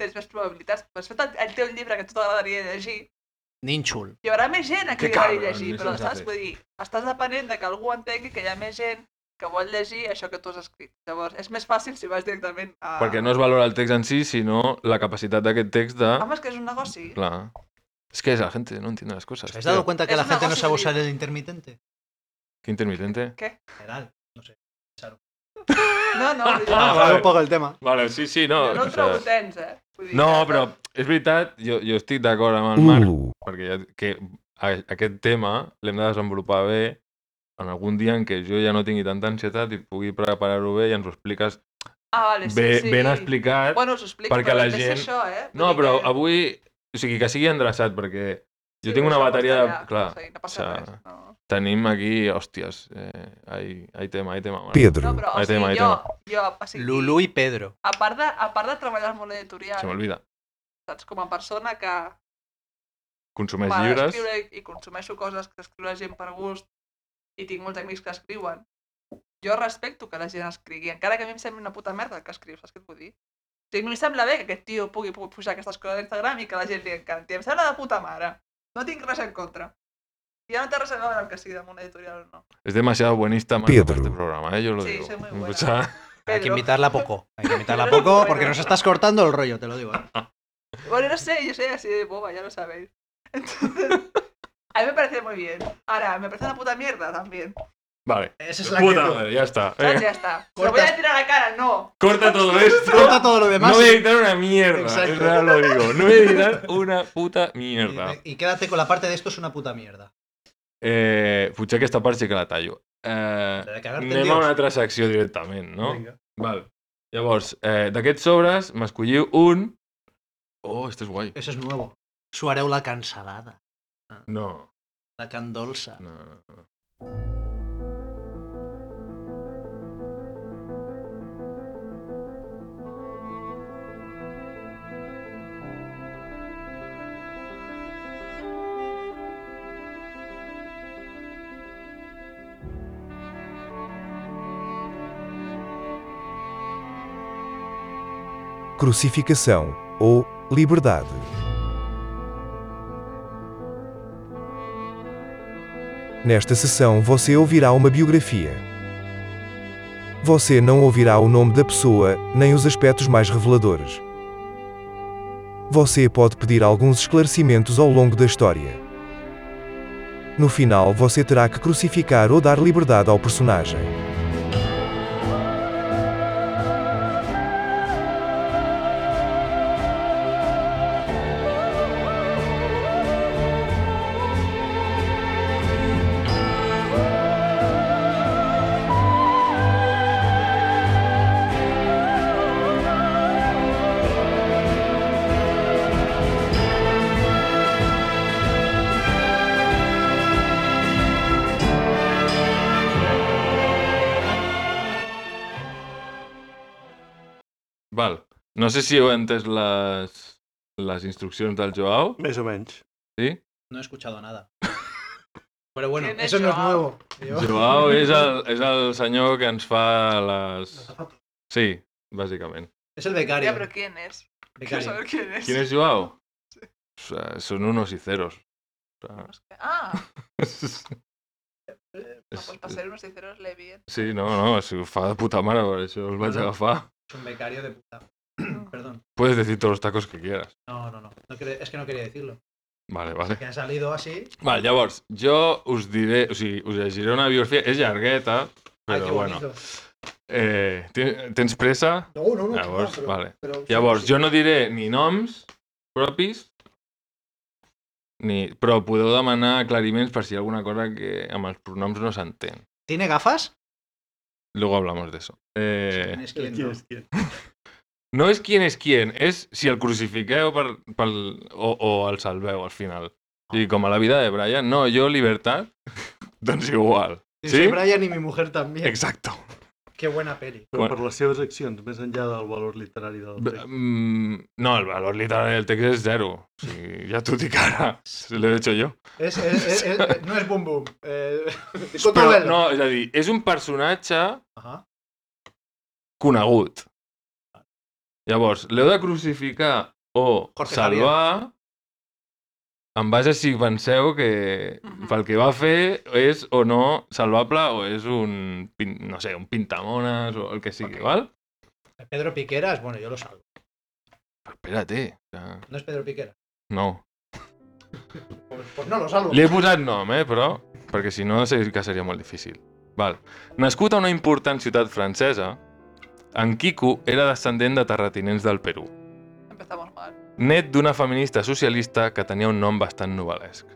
tens més probabilitats, però has fet el, el teu llibre que a tu t'agradaria llegir, Ninchul. hi haurà més gent a Que qui li agradi cabron, llegir, és però saps? sensat. Vull dir, estàs depenent de que algú entengui que hi ha més gent que vol llegir això que tu has escrit. Llavors, és més fàcil si vas directament a... Perquè no es valora el text en si, sinó la capacitat d'aquest text de... Home, és que és un negoci. Clar. És que és la gente, no entiende las cosas. ¿Os habéis tío. dado cuenta que Es la una gente no cosa sabe que- usar el intermitente? Qué intermitente. General, no sé. No, no, vull dir, Ah, jo vale. un poco el tema. Vale, sí, sí, no. no o ho trobo sea, tens, eh? Vull dir, no, que- però és veritat, jo, jo estic d'acord amb el Marc, Uh, perquè ja, que a, aquest tema l'hem de desenvolupar bé en algun dia en què jo ja no tingui tanta ansietat i pugui preparar-ho bé i ens ho expliques Ah, vale, sí, bé, sí. ben explicat. Bueno, us ho explico, perquè però la també sé gent- Això, eh? Vull no, dir però que- avui... O sigui, que sigui endreçat, perquè jo Sí, tinc una això bateria... costa De, ja, clar, o sigui, no passa o sea, res. No. tenim aquí... Hòsties, eh, hay, hay tema, hay tema. Bueno, no, Pedro, però, o Ahí sigui, tema, ahí jo, jo, o sigui, Lulú y Pedro. a part, de, a part de treballar al món editorial, Se m'olvida. saps, com a persona que Consumeix m'agrada llibres... escriure i consumeixo coses que escriu la gent per gust i tinc molts amics que escriuen, jo respecto que la gent escrigui, encara que a mi em sembli una puta merda el que escriu, saps què et vull dir? O sigui, a mi em sembla bé que aquest tio pugui pu- pujar aquestes coses a Instagram i que la gent li encanti. Em sembla de puta mare. No tinc res en contra. I ja no té res a veure el que sigui de món editorial o no. Es demasiado buenista Marco, Pedro. para este programa, ¿eh? yo lo Sí, digo. soy muy buena. *laughs* O sea, Hay que Pedro. invitarla poco. Hay que *laughs* invitarla Pedro, poco bueno. porque nos estás cortando el rollo, te lo digo. ¿eh? Bueno, no sé, yo soy así de boba, ya lo sabéis. Entonces, a mí me parece muy bien. Ahora, me parece una puta mierda también. vale. Esa es la Puta que... madre, ya está. ¿Sabes? Venga, Ya está. ¿Lo voy a decir a la cara? No. corta *laughs* todo esto. Corta todo lo No demás voy a y- editar una mierda. Exacto. Exacto. Ya lo digo. No voy a editar *laughs* una puta mierda. y, y quédate con la parte de esto es una puta mierda. Eh, potser aquesta part sí que la tallo. Eh, La de cagarte en anem a Dios. una altra secció directament, no? Vinga. Val. Llavors, eh, d'aquests sobres, m'escolliu un... Oh, esto és guai. Eso es nuevo. Suareu la cansalada. No, La candolsa. no, no. no. crucificação ou liberdade. Nesta sessão você ouvirá uma biografia. você não ouvirá o nome da pessoa, nem os aspectos mais reveladores. Você pode pedir alguns esclarecimentos ao longo da história. No final, você terá que crucificar ou dar liberdade ao personagem. Val. No sé si heu entès les, les instruccions del Joao. Més o menys. Sí? No he escuchado nada. Pero bueno, ¿Quién es eso no es Joao? nuevo. Yo- Joao és el, és el senyor que ens fa les... Sí, bàsicament. Es el Ya, becario. pero ¿quién es? Quiero becario. saber quién es. Quin és Joao? O sea, són unos y ceros. O sea, Ah, Eh, no, és- pues para ser unos sinceros le bien. Sí, no, no, si ho fa de puta mare, per això el vaig agafar. Es un becario de puta. *clears throat* Perdón. Puedes decir todos los tacos que quieras. No, no, no. No quería- es que no quería decirlo. Vale, vale. Que ha salido así. Vale, llavors, jo us diré, o sigui, us llegiré una biografia, és llargueta, Ay, però qué bueno. bonito. Eh, ti- tens pressa? No, no, no. que Llavors, va, però- vale. però- Llavors, sí, sí. jo no diré ni noms propis, ni... però podeu demanar aclariments per si hi ha alguna cosa que amb els pronoms no s'entén. ¿Tiene gafas? Luego hablamos de eso. Eh, Tienes que- no. no és qui és qui, és si el crucifiqueu per, pel, o, o el salveu al final. I com a la vida de Brian, no, jo libertad, *laughs* doncs igual. Sí, ¿Sí? sí, Brian y mi mujer también. Exacto. Qué buena peli. Però Bueno. per les seves accions, més enllà del valor literari del B- text. mm, No, el valor literal del text és zero. O sigui, ja t'ho dic ara. L'he hecho jo. Es, es- es- *laughs* es- no es Boom Boom. Eh, Però, Cotobelo. Pues no, és a dir, és un personatge Ajá. conegut. Llavors, l'heu de crucificar o Jorge salvar en base a si penseu que Mhm. pel que va fer és o no salvable o és un, pin- no sé, un pintamones o el que sigui, Ok. val? Pedro Piqueras, bueno, yo lo salvo. Espérate. ja, No es Pedro Piqueras. No. Pues, pues no lo salvo. Li he posat nom, eh, però, perquè si no sé que seria molt difícil. Val. Nascut a una important ciutat francesa, en Quico era descendent de terratinents del Perú. Empezamos mal. net d'una feminista socialista que tenia un nom bastant novel·lesc.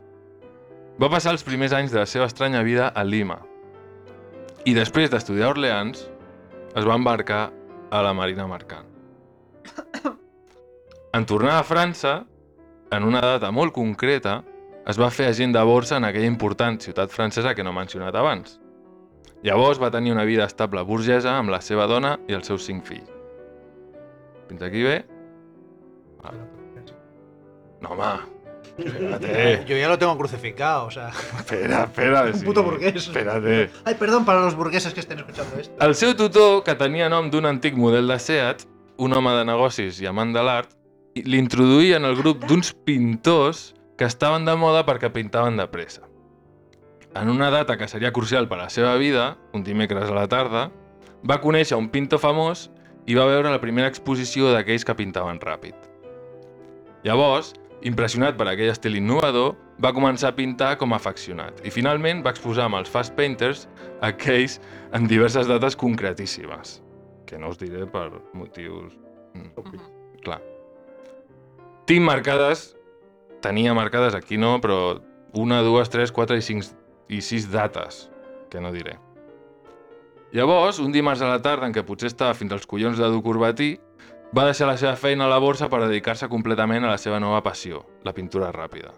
Va passar els primers anys de la seva estranya vida a Lima i després d'estudiar a Orleans es va embarcar a la Marina Mercant. En tornar a França, en una data molt concreta, es va fer agent de borsa en aquella important ciutat francesa que no he mencionat abans. Llavors va tenir una vida estable burgesa amb la seva dona i els seus cinc fills. Fins aquí bé? Ah. No, home. Espérate. Yo ya lo tengo crucificado, o sea. Espera, espera. Un Eh. sí. puto burgués. Espérate. Ay, perdón para los burgueses que estén escuchando esto. El seu tutor, que tenia nom d'un antic model de Seat, un home de negocis i amant de l'art, i- l'introduïa en el grup d'uns pintors que estaven de moda perquè pintaven de pressa. En una data que seria crucial per a la seva vida, un dimecres a la tarda, va conèixer un pintor famós i va veure la primera exposició d'aquells que pintaven ràpid. Llavors, impressionat per aquell estil innovador, va començar a pintar com a afeccionat i finalment va exposar amb els fast painters aquells en diverses dates concretíssimes, que no us diré per motius... mm, Clar. Tinc marcades, tenia marcades aquí no, però una, dues, tres, quatre i cinc i sis dates, que no diré. Llavors, un dimarts a la tarda en què potser estava fins als collons de dur corbatí, va deixar la seva feina a la borsa per dedicar-se completament a la seva nova passió, la pintura ràpida.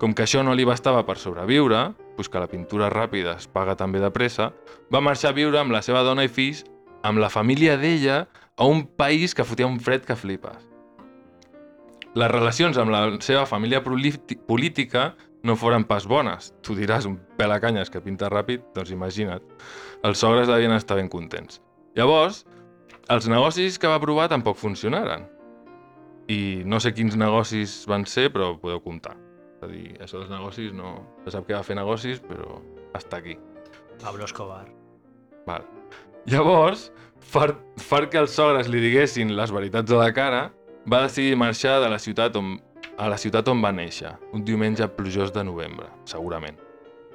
Com que això no li bastava per sobreviure, pues que la pintura ràpida es paga també de pressa, va marxar a viure amb la seva dona i fills, amb la família d'ella, a un país que fotia un fred que flipes. Les relacions amb la seva família prolíti- política no foren pas bones. Tu diràs, un pelacanyes que pinta ràpid, doncs imagina't. Els sogres devien estar ben contents. Llavors, els negocis que va provar tampoc funcionaren. I no sé quins negocis van ser, però ho podeu comptar. És a dir, això dels negocis no... Se sap que va fer negocis, però està aquí. Pablo Escobar. Val. Llavors, far, far que els sogres li diguessin les veritats a la cara, va decidir marxar de la ciutat on, a la ciutat on va néixer, un diumenge plujós de novembre, segurament.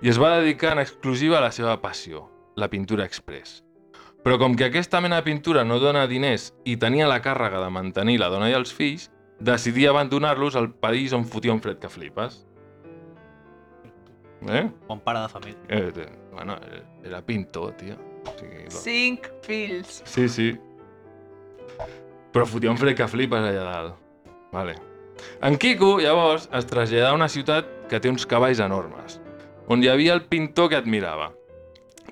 I es va dedicar en exclusiva a la seva passió, la pintura express. Però com que aquesta mena de pintura no dona diners i tenia la càrrega de mantenir la dona i els fills, decidí abandonar-los al país on fotia un fred que flipes. Eh? Bon pare de *laughs* família. eh, eh bueno, era pintor, tio. O sigui, Cinc fills. Sí, sí. Però fotia un fred que flipes allà dalt. Vale. En Quico, llavors, es traslladà a una ciutat que té uns cavalls enormes, on hi havia el pintor que admirava.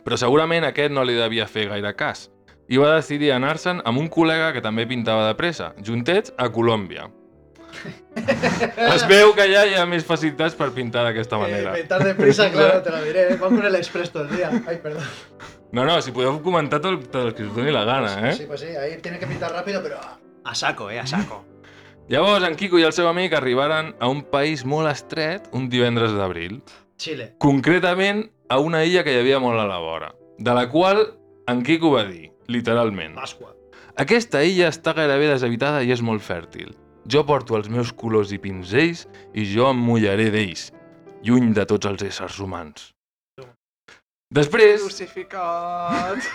Però segurament aquest no li devia fer gaire cas, i va decidir anar-se'n amb un col·lega que també pintava de pressa, juntets a Colòmbia. Ah, es veu que allà hi ha més facilitats per pintar d'aquesta manera. Eh, pintar de *laughs* prisa, claro, te lo diré. eh. Van con el express todo el día. Ay, perdón. No, no, si podeu comentar tot el, tot el que us doni la gana, eh? Sí, pues sí, ahí tienes que pintar rápido, pero... ah, A saco, eh? A *laughs* saco. Llavors, en Quico i el seu amic arribaren a un país molt estret un divendres d'abril, Chile. concretament a una illa que hi havia molt a la vora, de la qual en Quico va dir, literalment, Pascua. aquesta illa està gairebé deshabitada i és molt fèrtil. Jo porto els meus colors i pinzells i jo em mullaré d'ells, lluny de tots els éssers humans. Després, Crucificat.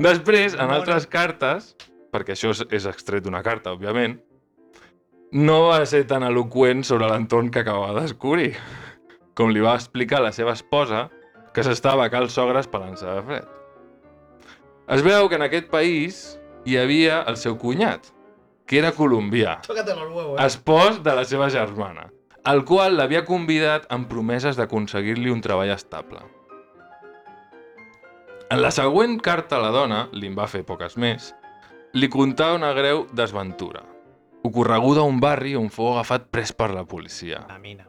Després, en altres cartes, perquè això és- és extret d'una carta, òbviament, no va ser tan eloqüent sobre l'entorn que acabava de descobrir, com li va explicar la seva esposa, que s'estava a cal sogra esperança de fred. Es veu que en aquest país hi havia el seu cunyat, que era colombià, *laughs* Tócate los Ah, huevos, eh. espòs de la seva germana, el qual l'havia convidat amb promeses d'aconseguir-li un treball estable. En la següent carta a la dona, li en va fer poques més, li contà una greu desventura, ocorreguda a un barri on fou agafat pres per la policia, La mina.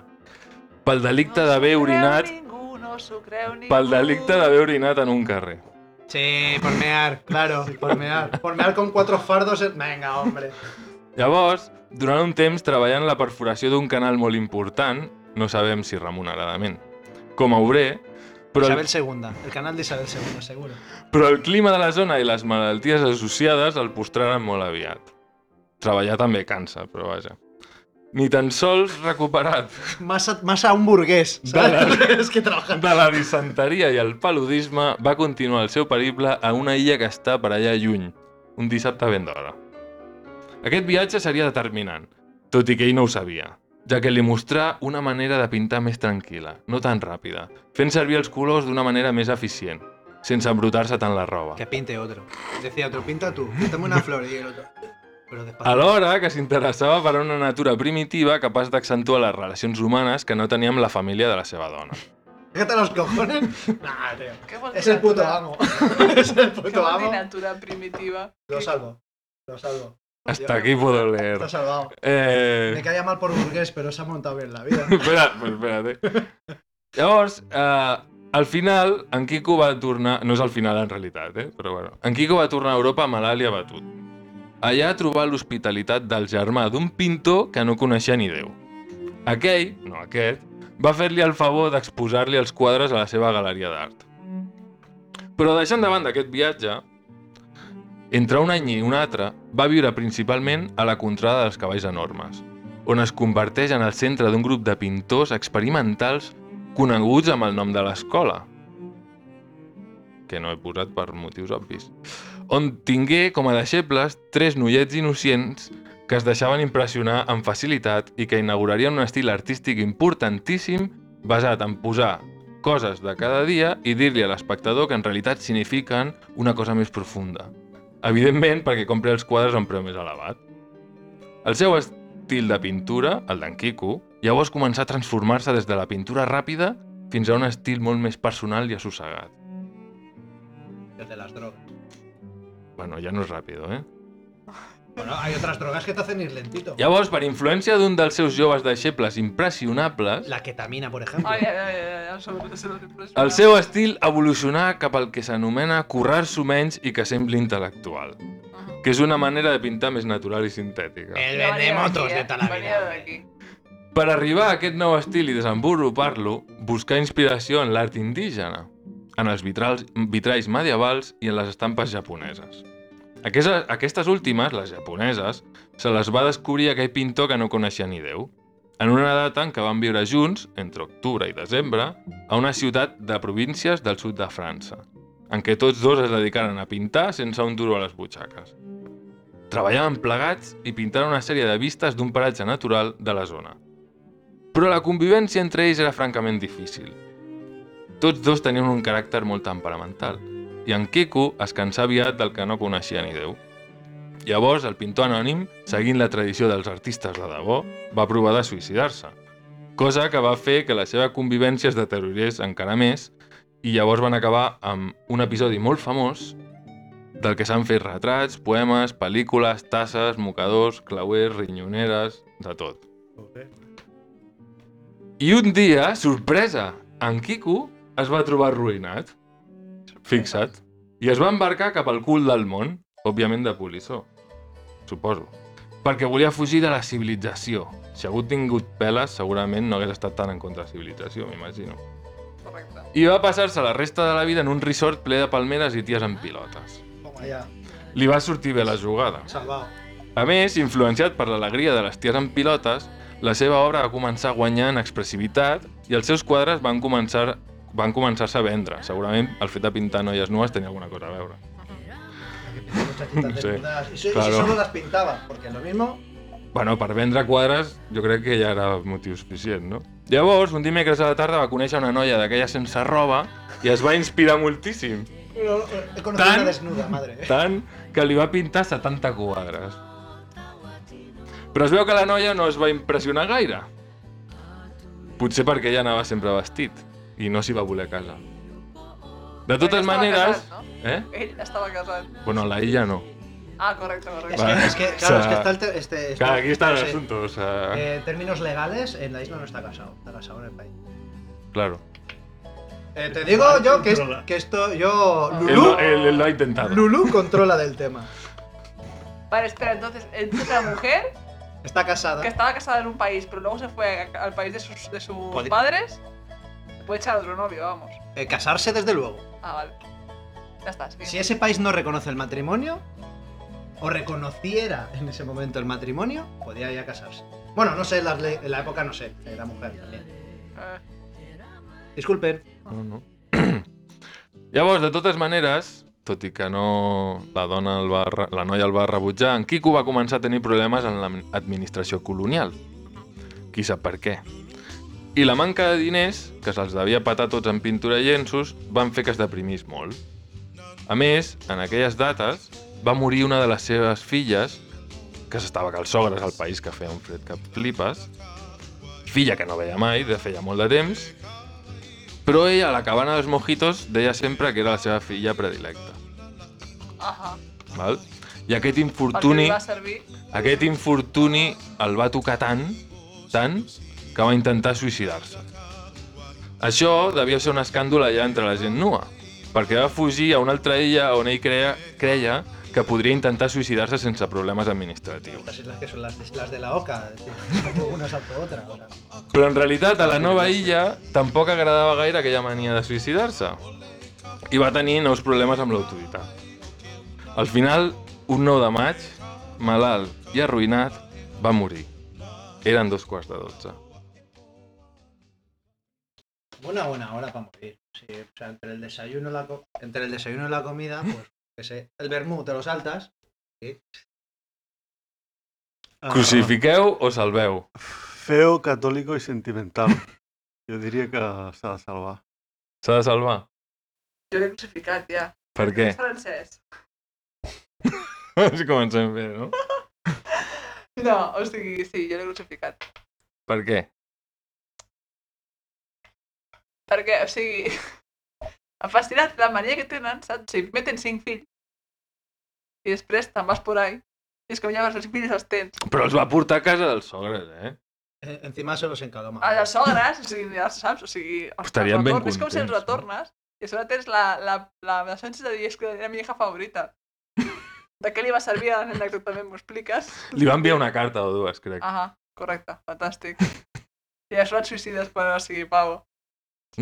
pel delicte d'haver orinat... orinat Ningú, no s'ho creu ningú. pel delicte d'haver orinat en un carrer. Sí, por mear, claro, por mear. Por mear con cuatro fardos... en- Venga, hombre. Llavors, durant un temps treballant la perforació d'un canal molt important, no sabem si remuneradament, com a obrer, però el Isabel II. El canal de Isabel II, seguro. Però el clima de la zona i les malalties associades el postraren molt aviat. Treballar també cansa, però vaja. Ni tan sols recuperat Masa, masa hamburgués, ¿sabes? *laughs* es que trabajan. de la disenteria i el paludisme, va continuar el seu periple a una illa que està per allà lluny, un dissabte ben d'hora. Aquest viatge seria determinant, tot i que ell no ho sabia, ja que li mostrà una manera de pintar més tranquil·la, no tan ràpida, fent servir els colors d'una manera més eficient, sense embrutar-se tant la roba. Que pinte otro. Decía otro, pinta tú, píntame una flor y el otro. Pero despacio. Alhora que s'interessava per una natura primitiva capaç d'accentuar les relacions humanes que no tenia amb la família de la seva dona. Fíjate los cojones. Nah, tío. Què vol dir Es el puto natura? amo. es el Què puto vol dir amo. natura primitiva? Lo salvo. Lo salvo. Hasta aquí puedo leer. Está salvado. Eh... Me caía mal por burgués, pero se ha montado bien la vida. Espera, espérate. Llavors, eh, al final, en Quico va tornar... No és al final, en realitat, eh? però bueno. En Quico va tornar a Europa malalt i abatut. Allà trobà l'hospitalitat del germà d'un pintor que no coneixia ni Déu. Aquell, no aquest, va fer-li el favor d'exposar-li els quadres a la seva galeria d'art. Però deixant de banda aquest viatge, entre un any i un altre, va viure principalment a la contrada dels cavalls enormes, on es converteix en el centre d'un grup de pintors experimentals coneguts amb el nom de l'escola, que no he posat per motius obvis, on tingué com a deixebles tres noiets innocents que es deixaven impressionar amb facilitat i que inaugurarien un estil artístic importantíssim basat en posar coses de cada dia i dir-li a l'espectador que en realitat signifiquen una cosa més profunda. Evidentment, perquè compri els quadres a un preu més elevat. El seu estil de pintura, el d'en Quico, llavors començà a transformar-se des de la pintura ràpida fins a un estil molt més personal i assossegat. El de las drogas. Bueno, ja no és ràpid, eh? Bueno, hay otras drogas que te hacen ir lentito. Llavors, per influència d'un dels seus joves deixebles impressionables, La ketamina, por ejemplo. Ai, ai, ai, ai, ai, sobre, sobre, sobre. el seu estil evolucionà cap al que s'anomena currar-s'ho menys i que sembli intel·lectual, Ajá. que és una manera de pintar més natural i sintètica. El No venía vendemotos aquí, de eh. toda la Venía vida. de hombre. aquí. Per arribar a aquest nou estil i desenvolupar-lo, buscar inspiració en l'art indígena, en els vitrals, vitralls medievals i en les estampes japoneses. Aquestes, aquestes últimes, les japoneses, se les va descobrir aquell pintor que no coneixia ni Déu, en una data en què van viure junts, entre octubre i desembre, a una ciutat de províncies del sud de França, en què tots dos es dedicaren a pintar sense un duro a les butxaques. Treballaven plegats i pintaren una sèrie de vistes d'un paratge natural de la zona. Però la convivència entre ells era francament difícil. Tots dos tenien un caràcter molt temperamental, i en Quico es cansà aviat del que no coneixia ni Déu. Llavors, el pintor anònim, seguint la tradició dels artistes de debò, va provar de suïcidar-se, cosa que va fer que la seva convivència es deteriorés encara més i llavors van acabar amb un episodi molt famós del que s'han fet retrats, poemes, pel·lícules, tasses, mocadors, clauers, rinyoneres, de tot. I un dia, sorpresa, en Quico es va trobar arruïnat. Fixa't. I es va embarcar cap al cul del món, òbviament de polissó, suposo. Perquè volia fugir de la civilització. Si hagut tingut peles, segurament no hagués estat tan en contra de la civilització, m'imagino. Correcte. I va passar-se la resta de la vida en un resort ple de palmeres i ties amb pilotes. Home, ja, Li va sortir bé la jugada. *laughs* salvao. A més, influenciat per l'alegria de les ties amb pilotes, la seva obra va començar a guanyar en expressivitat i els seus quadres van començar van començar-se a vendre. Segurament el fet de pintar noies nues tenia alguna cosa a veure. Sí, Muchachitas desnudas. Y, so- y si claro. solo las pintaba, porque lo mismo. Bueno, per vendre quadres jo crec que ja era motiu suficient, no? Llavors, un dimecres a la tarda va conèixer una noia d'aquella sense roba i es va inspirar moltíssim. Pero, eh, He conocido Tan- una desnuda, madre. eh. tant que li va pintar 70 quadres. Però es veu que la noia no es va impressionar gaire. Potser perquè ella anava sempre vestit i no s'hi va voler casar. De totes Estava maneres... casat, no? Eh? Ell estava casat. Bueno, la ella no. Ah, correcto, Es correcto. Va. que, es que, claro, O sea, es que está el. te- Este, este- Clar, aquí estan no els sé, assumptos. Eh, eh, términos legales, en la isla no está casado. Está casado en el país. claro. Eh, te digo yo que, es- que esto. Yo. Ah. Él, Lulú, lo- él- él lo ha intentado. Lulú controla del tema. Vale, espera, entonces, *laughs* entonces la mujer Está casada. que estaba casada en un país, pero luego se fue a- al país de sus, de sus Poli- padres, puede echar a otro novio, vamos. Eh, casarse, desde luego. Ah, vale. Ya está, sí. Si ese país no reconoce el matrimonio, o reconociera en ese momento el matrimonio, podía ya casarse. Bueno, no sé, las le- en la época no sé, era mujer también. Eh, Disculpen. No, no. *clears throat* Llavors, de totes maneres, tot i que no la, dona el va, re- la noia el va rebutjar, en Quico va començar a tenir problemes en l'administració colonial. Qui sap per què. I la manca de diners, que se'ls devia patar tots en pintura i llenços, van fer que es deprimís molt. A més, en aquelles dates, va morir una de les seves filles, que s'estava que els sogres al país que feia un fred que flipes, filla que no veia mai, de feia molt de temps, però ella, a la cabana dels mojitos, deia sempre que era la seva filla predilecta. Ajá. Val? I aquest Porque le infortuni, iba a servir. aquest infortuni el va tocar tant, tant, que va intentar suïcidar-se. Això devia ser un escàndol allà entre la gent nua, perquè va fugir a una altra illa on ell creia, creia que podria intentar suïcidar-se sense problemes administratius. Estas islas que son las, las de la oca, es decir, *laughs* una salto otra. o sea. Però en realitat a la nova illa tampoc agradava gaire aquella mania de suïcidar-se i va tenir nous problemes amb l'autoritat. Al final, un 9 de maig, malalt i arruïnat, va morir. Eren dos quarts de dotze. Una buena hora para morir. Sí, o sea, entre el desayuno y la, co- entre el desayuno y la comida, pues, que sé, el vermú te lo saltas. Ah, Crucifiqueu o salveu. Feo, católico y sentimental. Jo diria que s'ha de salvar. S'ha de salvar. Yo le he crucificado, ya. Per què? *laughs* Es francés. Si comencem bé, no? No, o sigui, sí, jo l'he crucificat. Per què? Perquè, o *laughs* sigui, em fascina la mania que tenen, saps? O sigui, primer tens cinc fills i després te'n vas por ahí. I és com llavors els fills els tens. Però els va portar a casa dels sogres, eh? Eh, encima se los encaloma. A les sogres, o sigui, ja saps, o sigui... els Estarien ben retorn- És com si els contents, no? retornes i a sobre tens la, la, la, la sensació de dir és que era mi hija favorita. *laughs* De què li va servir a la nena que tu també m'ho expliques? Li va enviar una carta o dues, crec. Ahà, correcte, fantàstic. I a sobre et suïcides quan o sigui, pavo.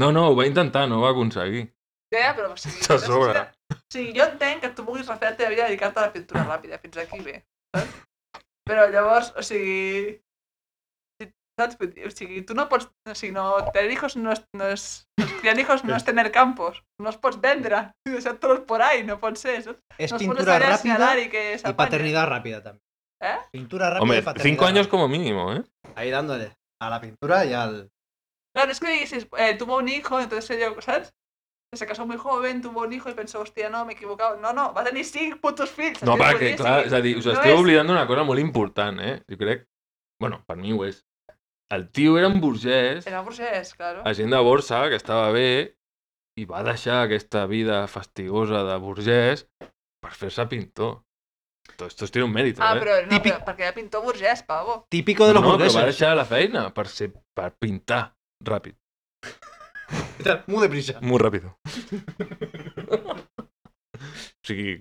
No, no, ho va intentar, no ho va aconseguir. Ja, ja, però o sigui, De saps? O sigui, sobre. O sigui, jo entenc que tu vulguis refer la teva vida a dedicar-te a la pintura ràpida, fins aquí bé, saps? Però llavors, o sigui... si- Saps? Vull dir, O sigui, tu no pots... O sigui, no, tener hijos no és... No és pues, criar hijos no és tener campos. No els pots vendre. *laughs* I deixar-te'ls por ahí, no pot ser, saps? Es no els pots pintura deixar allà a rápida señalar i que y s'apanyen. paternidad rápida también. ¿Eh? Pintura rápida y Hombre, paternidad. cinco años rápida. como mínimo, ¿eh? Ahí dándole a la pintura y al... Claro, es que dices, eh, tuvo un hijo, entonces yo, ¿sabes? Se casó muy joven, tuvo un hijo y pensó, hostia, no, me he equivocado. No, no, va a tenir cinc putos fills. No, és para vull que, dir, o clar, sigui, és a dir, us no esteu és- oblidant d'una cosa molt important, eh? Jo crec... Bueno, per mi ho és. El tio era un burgès, Era burgès, claro. agent de borsa, que estava bé, i va deixar aquesta vida fastigosa de burgès per fer-se pintor. Tot esto tiene un mérito, Ah, eh? però no, Típic- però perquè era pintor burgès, pavo. Típico de los no, però va burgueses. deixar la feina per, ser, per pintar ràpid. Muy deprisa. Molt ràpid. o sigui,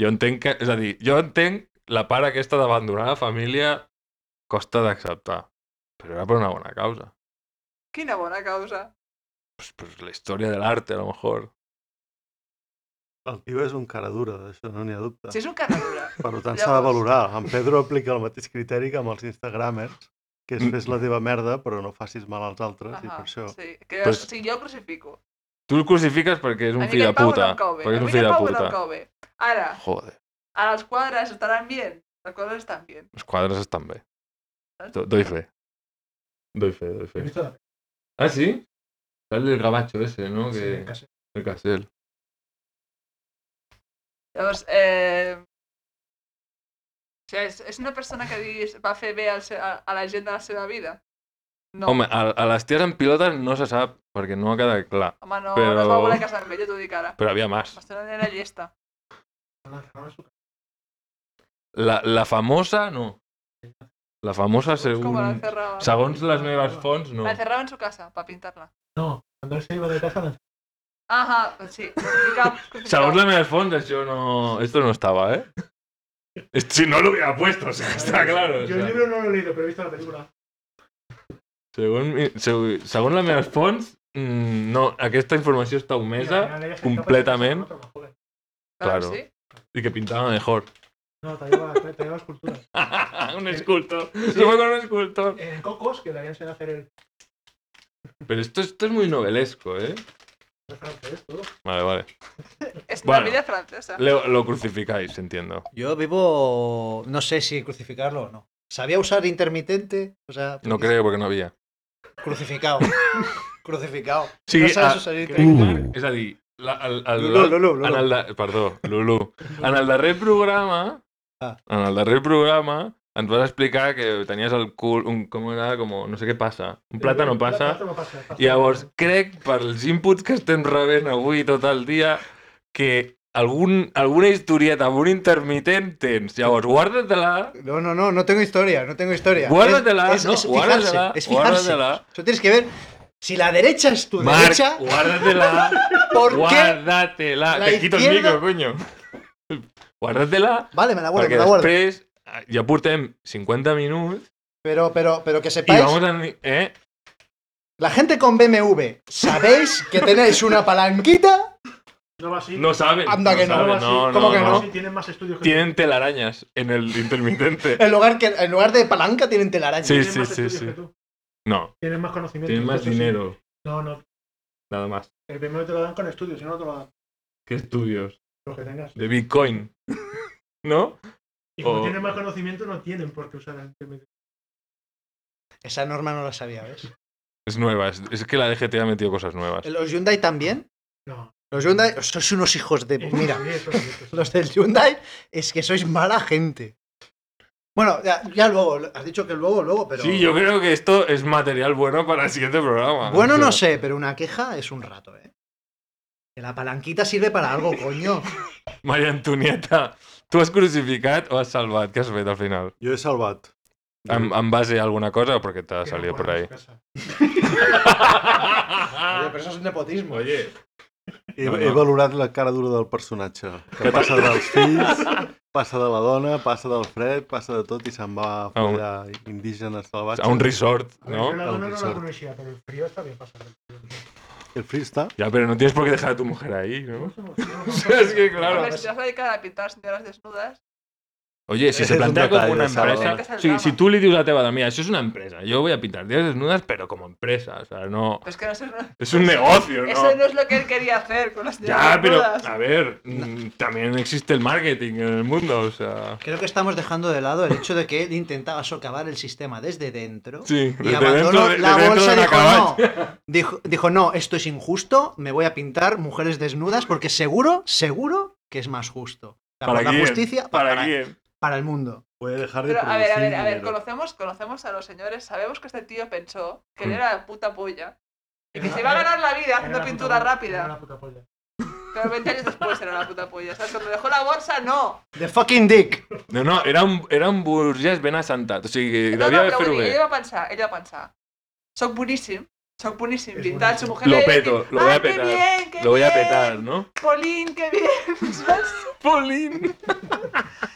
jo entenc que... És a dir, jo entenc la part aquesta d'abandonar la família costa d'acceptar. Però era per una bona causa. Quina bona causa. Pues, pues la història de l'arte, a lo mejor. El tio és un cara dura, d'això no n'hi ha dubte. Si és un cargadura. Per tant, s'ha de Llavors- valorar. En Pedro aplica el mateix criteri que amb els instagramers, que és Mm. fes la teva merda, però no facis mal als altres, i per això... sí. Que, Pues- pues... sí, jo el crucifico. Tu el crucifiques perquè és un a mi fill de aquest pavo puta. No em cau bé. perquè A és mi un fill de aquest pavo puta. No em cau bé. Ara, Joder, ara els quadres estaran bien. Les coses estan bien. els quadres estan bé. Saps? Do- Doy fe. Doy fe, doy He fe. visto la Ah, sí? Sale del gabacho ese, ¿no? sí, Que... casi. El casel. Llavors, eh... O sigui, és, és una persona que diguis va fer bé al se, a, a la gent de la seva vida? No. Home, a, a les ties en pilotes no se sap, perquè no ha quedat clar. Home no, però- no es va voler casar amb ell, jo t'ho dic ara. Però hi havia més. Va ser una nena llesta. La, la famosa, no. La famosa, Com la segons, Ferra... segons les meves fonts, no. La encerraba en su casa, para pintarla. No, cuando él se iba de casa, la- Ajá, pues sí. crucificado, crucificado. Segons les meves fonts, això no... Esto no estava, eh? Si no lo hubiera puesto, o sea, está claro. O Yo el sea, libro no lo he leído, pero he visto la película. segons, mi- seg- segons les meves fonts, mm, no, aquesta informació està Mira, omesa mira, mira, es que completament está pasando con otro más joven. claro. Sí. i que pintava mejor. *laughs* No, te lleva, te lleva esculturas. un escultor. Se fue con un escultor. En Cocos, que le habían enseñado a hacer el, Pero esto, esto es muy novelesco, ¿eh? el francés, todo. Vale, vale. Es Bueno. la vida francesa. Leo, lo crucificáis, entiendo. Yo vivo... No sé si crucificarlo o no. Sabía usar intermitente, o sea... No porque- creo porque no había. *laughs* Crucificado. crucificado. Sí, no sabes ah, usar intermitente. Crec que- Uh. És a dir, la, el, el, Lulú, Lulú, Lulú. En el de, perdó, Lulú. En el darrer programa, Ah. en el darrer programa, ens vas explicar que tenies el cul, un, com era, com, no sé què passa, un plàtano passa. Plátano pasa, pasa. Llavors, crec, pels inputs que estem rebent avui tot el dia, que algun, alguna historieta amb un intermitent tens. Llavors, guarda-te-la, No, no, no, no tengo historia, no tengo historia. guárdatela, Es- es- no, es guárdatela, fijarse, es fijarse. guárdatela. Eso tienes que ver. Si la derecha es tu Marc, derecha, guárdatela, ¿por qué? guárdatela. la Te quito el izquierda- micro, coño. *laughs* Guárdatela, Vale, me la guardo, perquè me la guardo. després ah, ja portem 50 minuts Pero, pero, pero que i sepáis, vamos a... Eh? la gente con BMW, sabéis que tenéis una palanquita No va así. No saben. Anda que no, saben, va no, así. no, ¿Cómo que No va no. así, tienen más estudios que Tienen telarañas en el *laughs* intermitente. en lugar, que, en lugar de palanca tienen telaraña. Sí. tú. Tienen más estudios que tú. No, Tienen más conocimiento. tienen más Eso sí. dinero, No, no. nada más. El primero te lo dan con estudios, si no, no te lo dan. ¿Qué estudios? Lo que tengas. De Bitcoin. *laughs* ¿No? Y como O- tienen más conocimiento, no tienen por qué usar el intermitente. Esa norma no la sabía, ¿ves? Es nueva. Es, es que la DGT ha metido cosas nuevas. Los Hyundai también. No. Los Hyundai, sois unos hijos de... Eh, Mira, sí, eso sí, eso sí. los del Hyundai es que sois mala gente. Bueno, ya, ya luego, has dicho que luego, luego, pero... Sí, yo creo que esto es material bueno para el siguiente programa. Bueno, O sea, no sé, pero una queja es un rato, ¿eh? Que la palanquita sirve para algo, coño. María Antonieta, ¿tú has crucificado o has salvado? ¿Qué has hecho al final? Jo he salvat. ¿En, base a alguna cosa o porque te ha Que no salido por ahí? fueran a su casa. Oye, pero eso es nepotismo. Oye, He, No, no. he valorat la cara dura del personatge, Que que passa dels fills, passa de la dona, passa del fred, passa de tot i se'n va a A un- follar indígenes salvatges. a un resort, A ver, yo ¿no? la Algo dona no la resort. conocía, pero el frío está bien pasando. El freestyle. Ya, pero no tienes por qué dejar a tu mujer ahí, ¿no? O Somos- sea, *laughs* es que Hombre, claro. si te vas a dedicar a pintar señoras desnudas, Oye, si Ese se es plantea un como detall una de sábado. empresa. Es Sí, el si drama. tú le dices a la tebada, mira, eso es una empresa. Yo voy a pintar días desnudas, pero como empresa. O sea, no. pero es pues que no, eso, no, Es un negocio, ¿no? eso no es lo que él quería hacer con las señoras Ya, pero desnudas. a ver, mm, también existe el marketing en el mundo, o sea. Creo que estamos dejando de lado el hecho de que él intentaba socavar el sistema desde dentro. Sí, Y desde dentro abandonó de- la desde dentro bolsa de y la dijo cabaña. no. dijo, dijo, no, esto es injusto, me voy a pintar mujeres desnudas porque seguro, seguro que es más justo. O sea, por la quién? justicia pa- ¿Para, para, quién? para el mundo. Puede dejar de Pero, a ver, a ver, a ver, producir dinero. conocemos, conocemos a los señores, sabemos que este tío pensó que Mm. él era la puta polla y que Era- se iba a ganar la vida era la haciendo puta pintura polla, era rápida. la puta polla. Pero 20 años después era la puta polla. ¿Sabes? Cuando dejó la bolsa, no. The fucking dick. No, no, era un, era un burgès ben assentat. O sigui, que No, no, devia però fer-ho vull dir, bé. ell va pensar, ell va pensar. Soc boníssim, soc boníssim, És pintant su mujer. boníssim. Lo y peto, decir, lo voy a "Ay, qué petar, bien, qué Lo voy a bien, petar, ¿no? *laughs* Polín, qué bien. ¿Sabes? Polín!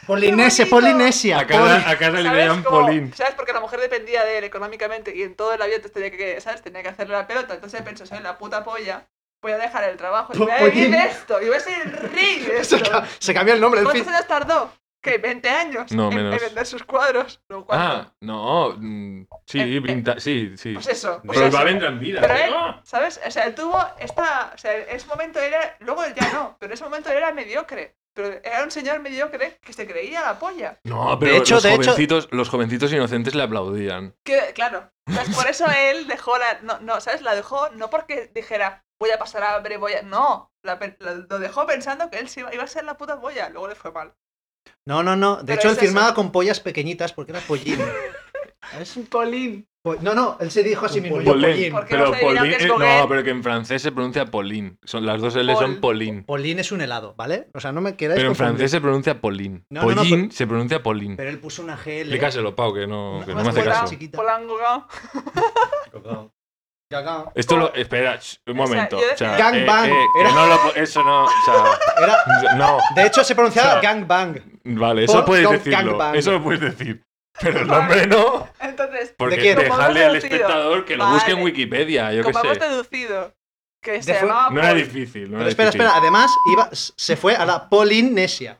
Polinese, bonito! Polinesia. A casa, Poli- a casa li ¿Sabes deien cómo? Polín. ¿Sabes? Porque la mujer dependía de él económicamente y en todo el avión tenía que, ¿sabes? Tenía que hacerle la pelota. Entonces pensó, soy la puta polla, voy a dejar el trabajo y voy a vivir de esto, y voy a ser rico de esto. se, ca- se cambió el nombre del ¿Cuántos fin. años tardó? ¿Qué? ¿20 años? No, en, en menos. vender sus cuadros. No, Ah, ¿cuánto? no, mm, sí, Eh, eh. pinta, sí, sí. Pues eso. pues Però el eso. va vendre en vida. Pero eh, él, no? ¿sabes? O sea, él tuvo esta. O sea, en ese momento era. Luego ya no, pero en ese momento él era mediocre. Pero era un señor mediocre que se creía la polla. No, pero De hecho, los, de hecho- jovencitos, los jovencitos inocentes le aplaudían. Que, claro. pues por eso él dejó la. No, no, ¿sabes? La dejó no porque dijera, voy a pasar hambre, voy a. No. la pe- la- lo dejó pensando que él se iba, iba a ser la puta polla. Luego le fue mal. No, no, no. De Pero hecho, él es eso. firmaba con pollas pequeñitas porque era *laughs* pollín. ¿Sabes? Polín. Po- No, no, él se dijo a sí mismo. yo Polín. Polín. Porque Pero vas a adivinar Polín, que es eh, Gauguin. no, pero que en francés se pronuncia Polín. Son, las dos L son Pol. Polín. Polín es un helado, ¿vale? O sea, no me queráis Pero en confundir. francés se pronuncia Polín. No, no, no, Pollín se pronuncia Polín. Pero él puso una GL. Explícaselo, Pau, que no, que no me Más hace fuera, caso. Chiquita. Polango, gao. Cagao. Esto lo. Espera, sh, un O sea, momento. yo- O sea, Gangbang. eh, eh, que Era- no lo po- eso no. O *laughs* sea, Era- no. De hecho, se pronunciaba O sea, gangbang. Vale, eso Por- puedes con decirlo. gangbang. Eso lo puedes decir. Pero el nombre no. Entonces, Porque ¿De quién? Como dejarle hemos al deducido. espectador que lo busque en Vale. Wikipedia, yo qué como hemos sé. deducido que se De fu- llamaba No era Pol- difícil. No Pero era espera, difícil. espera. Además, iba, se fue a la *laughs* Polinesia.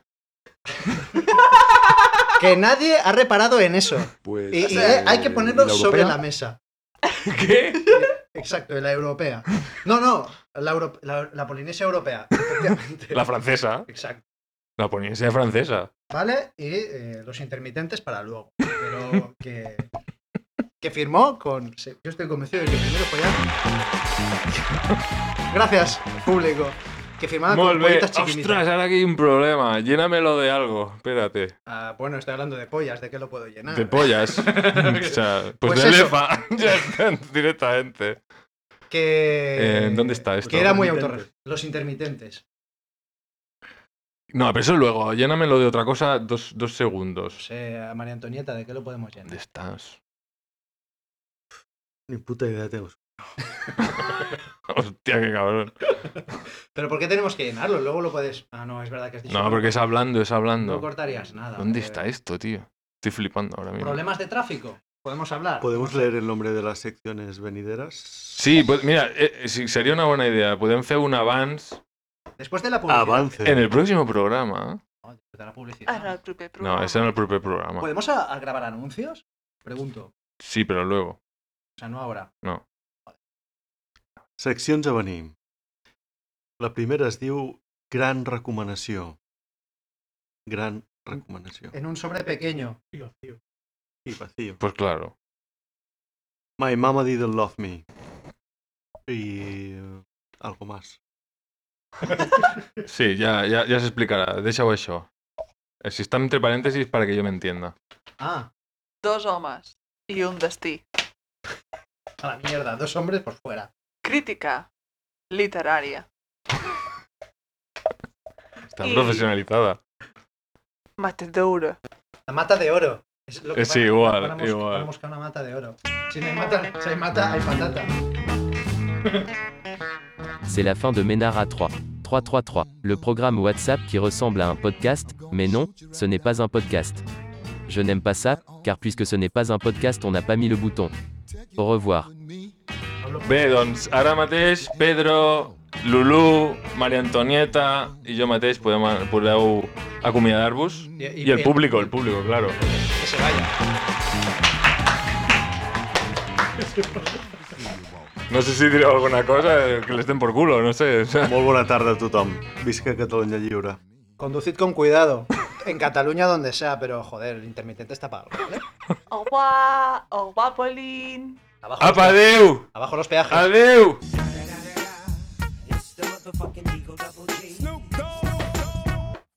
que nadie ha reparado en eso. Pues, Y, y, eh, eh, hay que ponerlo ¿y la sobre europea? la mesa. *laughs* ¿Qué? Exacto, la europea. No, no, la, euro- la- la Polinesia europea. *laughs* efectivamente. La francesa. Exacto. La polinesia francesa. ¿Vale? Y eh, los intermitentes para luego. Pero que, que firmó con. sí, Yo estoy convencido de que primero fue *laughs* ya. Gracias, público. Que firmaba Molt Ah, con bé. pollitas chiquinitas. Ostras, ahora aquí hay un problema. Llénamelo de algo. Espérate. Ah, bueno, estoy hablando de pollas, ¿de qué lo puedo llenar? De *laughs* pollas. o sea, pues, Pues de eso. lefa. *laughs* Ya está, directamente. Que. Eh, ¿dónde está esto? Que era muy Intermitentes. autor. Los intermitentes. No, pero eso luego. Llénamelo de otra cosa dos, dos No segundos. sé, a María Antonieta, ¿de qué lo podemos ¿Dónde llenar? estás? *laughs* Ni puta idea tengo. Hostia, qué cabrón. Pero ¿por qué tenemos que llenarlo? Luego lo puedes. Ah, no, es verdad que has dicho. No, que porque es hablando, es No hablando. cortarías nada. ¿Dónde eh. está esto, tío? Estoy flipando ahora mismo. ¿Problemas de tráfico? ¿Podemos hablar? ¿Podemos leer el nombre de las secciones venideras? Sí, pues mira, eh, eh, sí, sería una buena idea. Podem fer un avance Después de la publicidad. Avance. en el próximo programa. No, después de la publicidad. Ah, no, el propio No, programa. ese en el propio programa. ¿Podemos a- a grabar anuncios? Pregunto. Sí, pero luego. O sea, no ahora. Seccions a venir. La primera es diu Gran recomanació. Gran recomanació. En un sobre pequeño. Tío, tío. I vacío. Pues claro. My mama didn't love me. I... eh, algo más. Sí, ya, ya, ya se explicará. Deixa-ho això. Eh, Si está entre paréntesis para que yo me entienda. Ah, Dos homas y un destí. a la mierda. Dos hombres por fuera. Crítica literaria. Está Y- profesionalizada. Matedouro. La mata de oro. Es, lo que Es van a- igual, van a buscar- igual. Van a buscar una mata de oro. Si no hay mata, si hay mata, hay patata. C'est la fin de Ménara 3. 333, le programme WhatsApp qui ressemble à un podcast, mais non, ce n'est pas un podcast. Je n'aime pas ça, car puisque ce n'est pas un podcast, on n'a pas mis le bouton. Au revoir. Hablo Bé, doncs ara mateix Pedro, Lulú, Maria Antonieta i jo mateix podem, podeu acomiadar-vos. I- i- I el públic, el públic, claro. Que se vaya. No sé si direu alguna cosa, eh, que les den por culo, no sé. *laughs* O sea, Molt bona tarda a tothom. Visca Catalunya Lliure. Conducid con cuidado. En Cataluña, donde sea, pero joder, el intermitente está para algo, ¿vale? ¡Oh, guau! ¡Oh, guapolín! Abajo, los apa, pe- adeu! abajo los peajes. Adeu!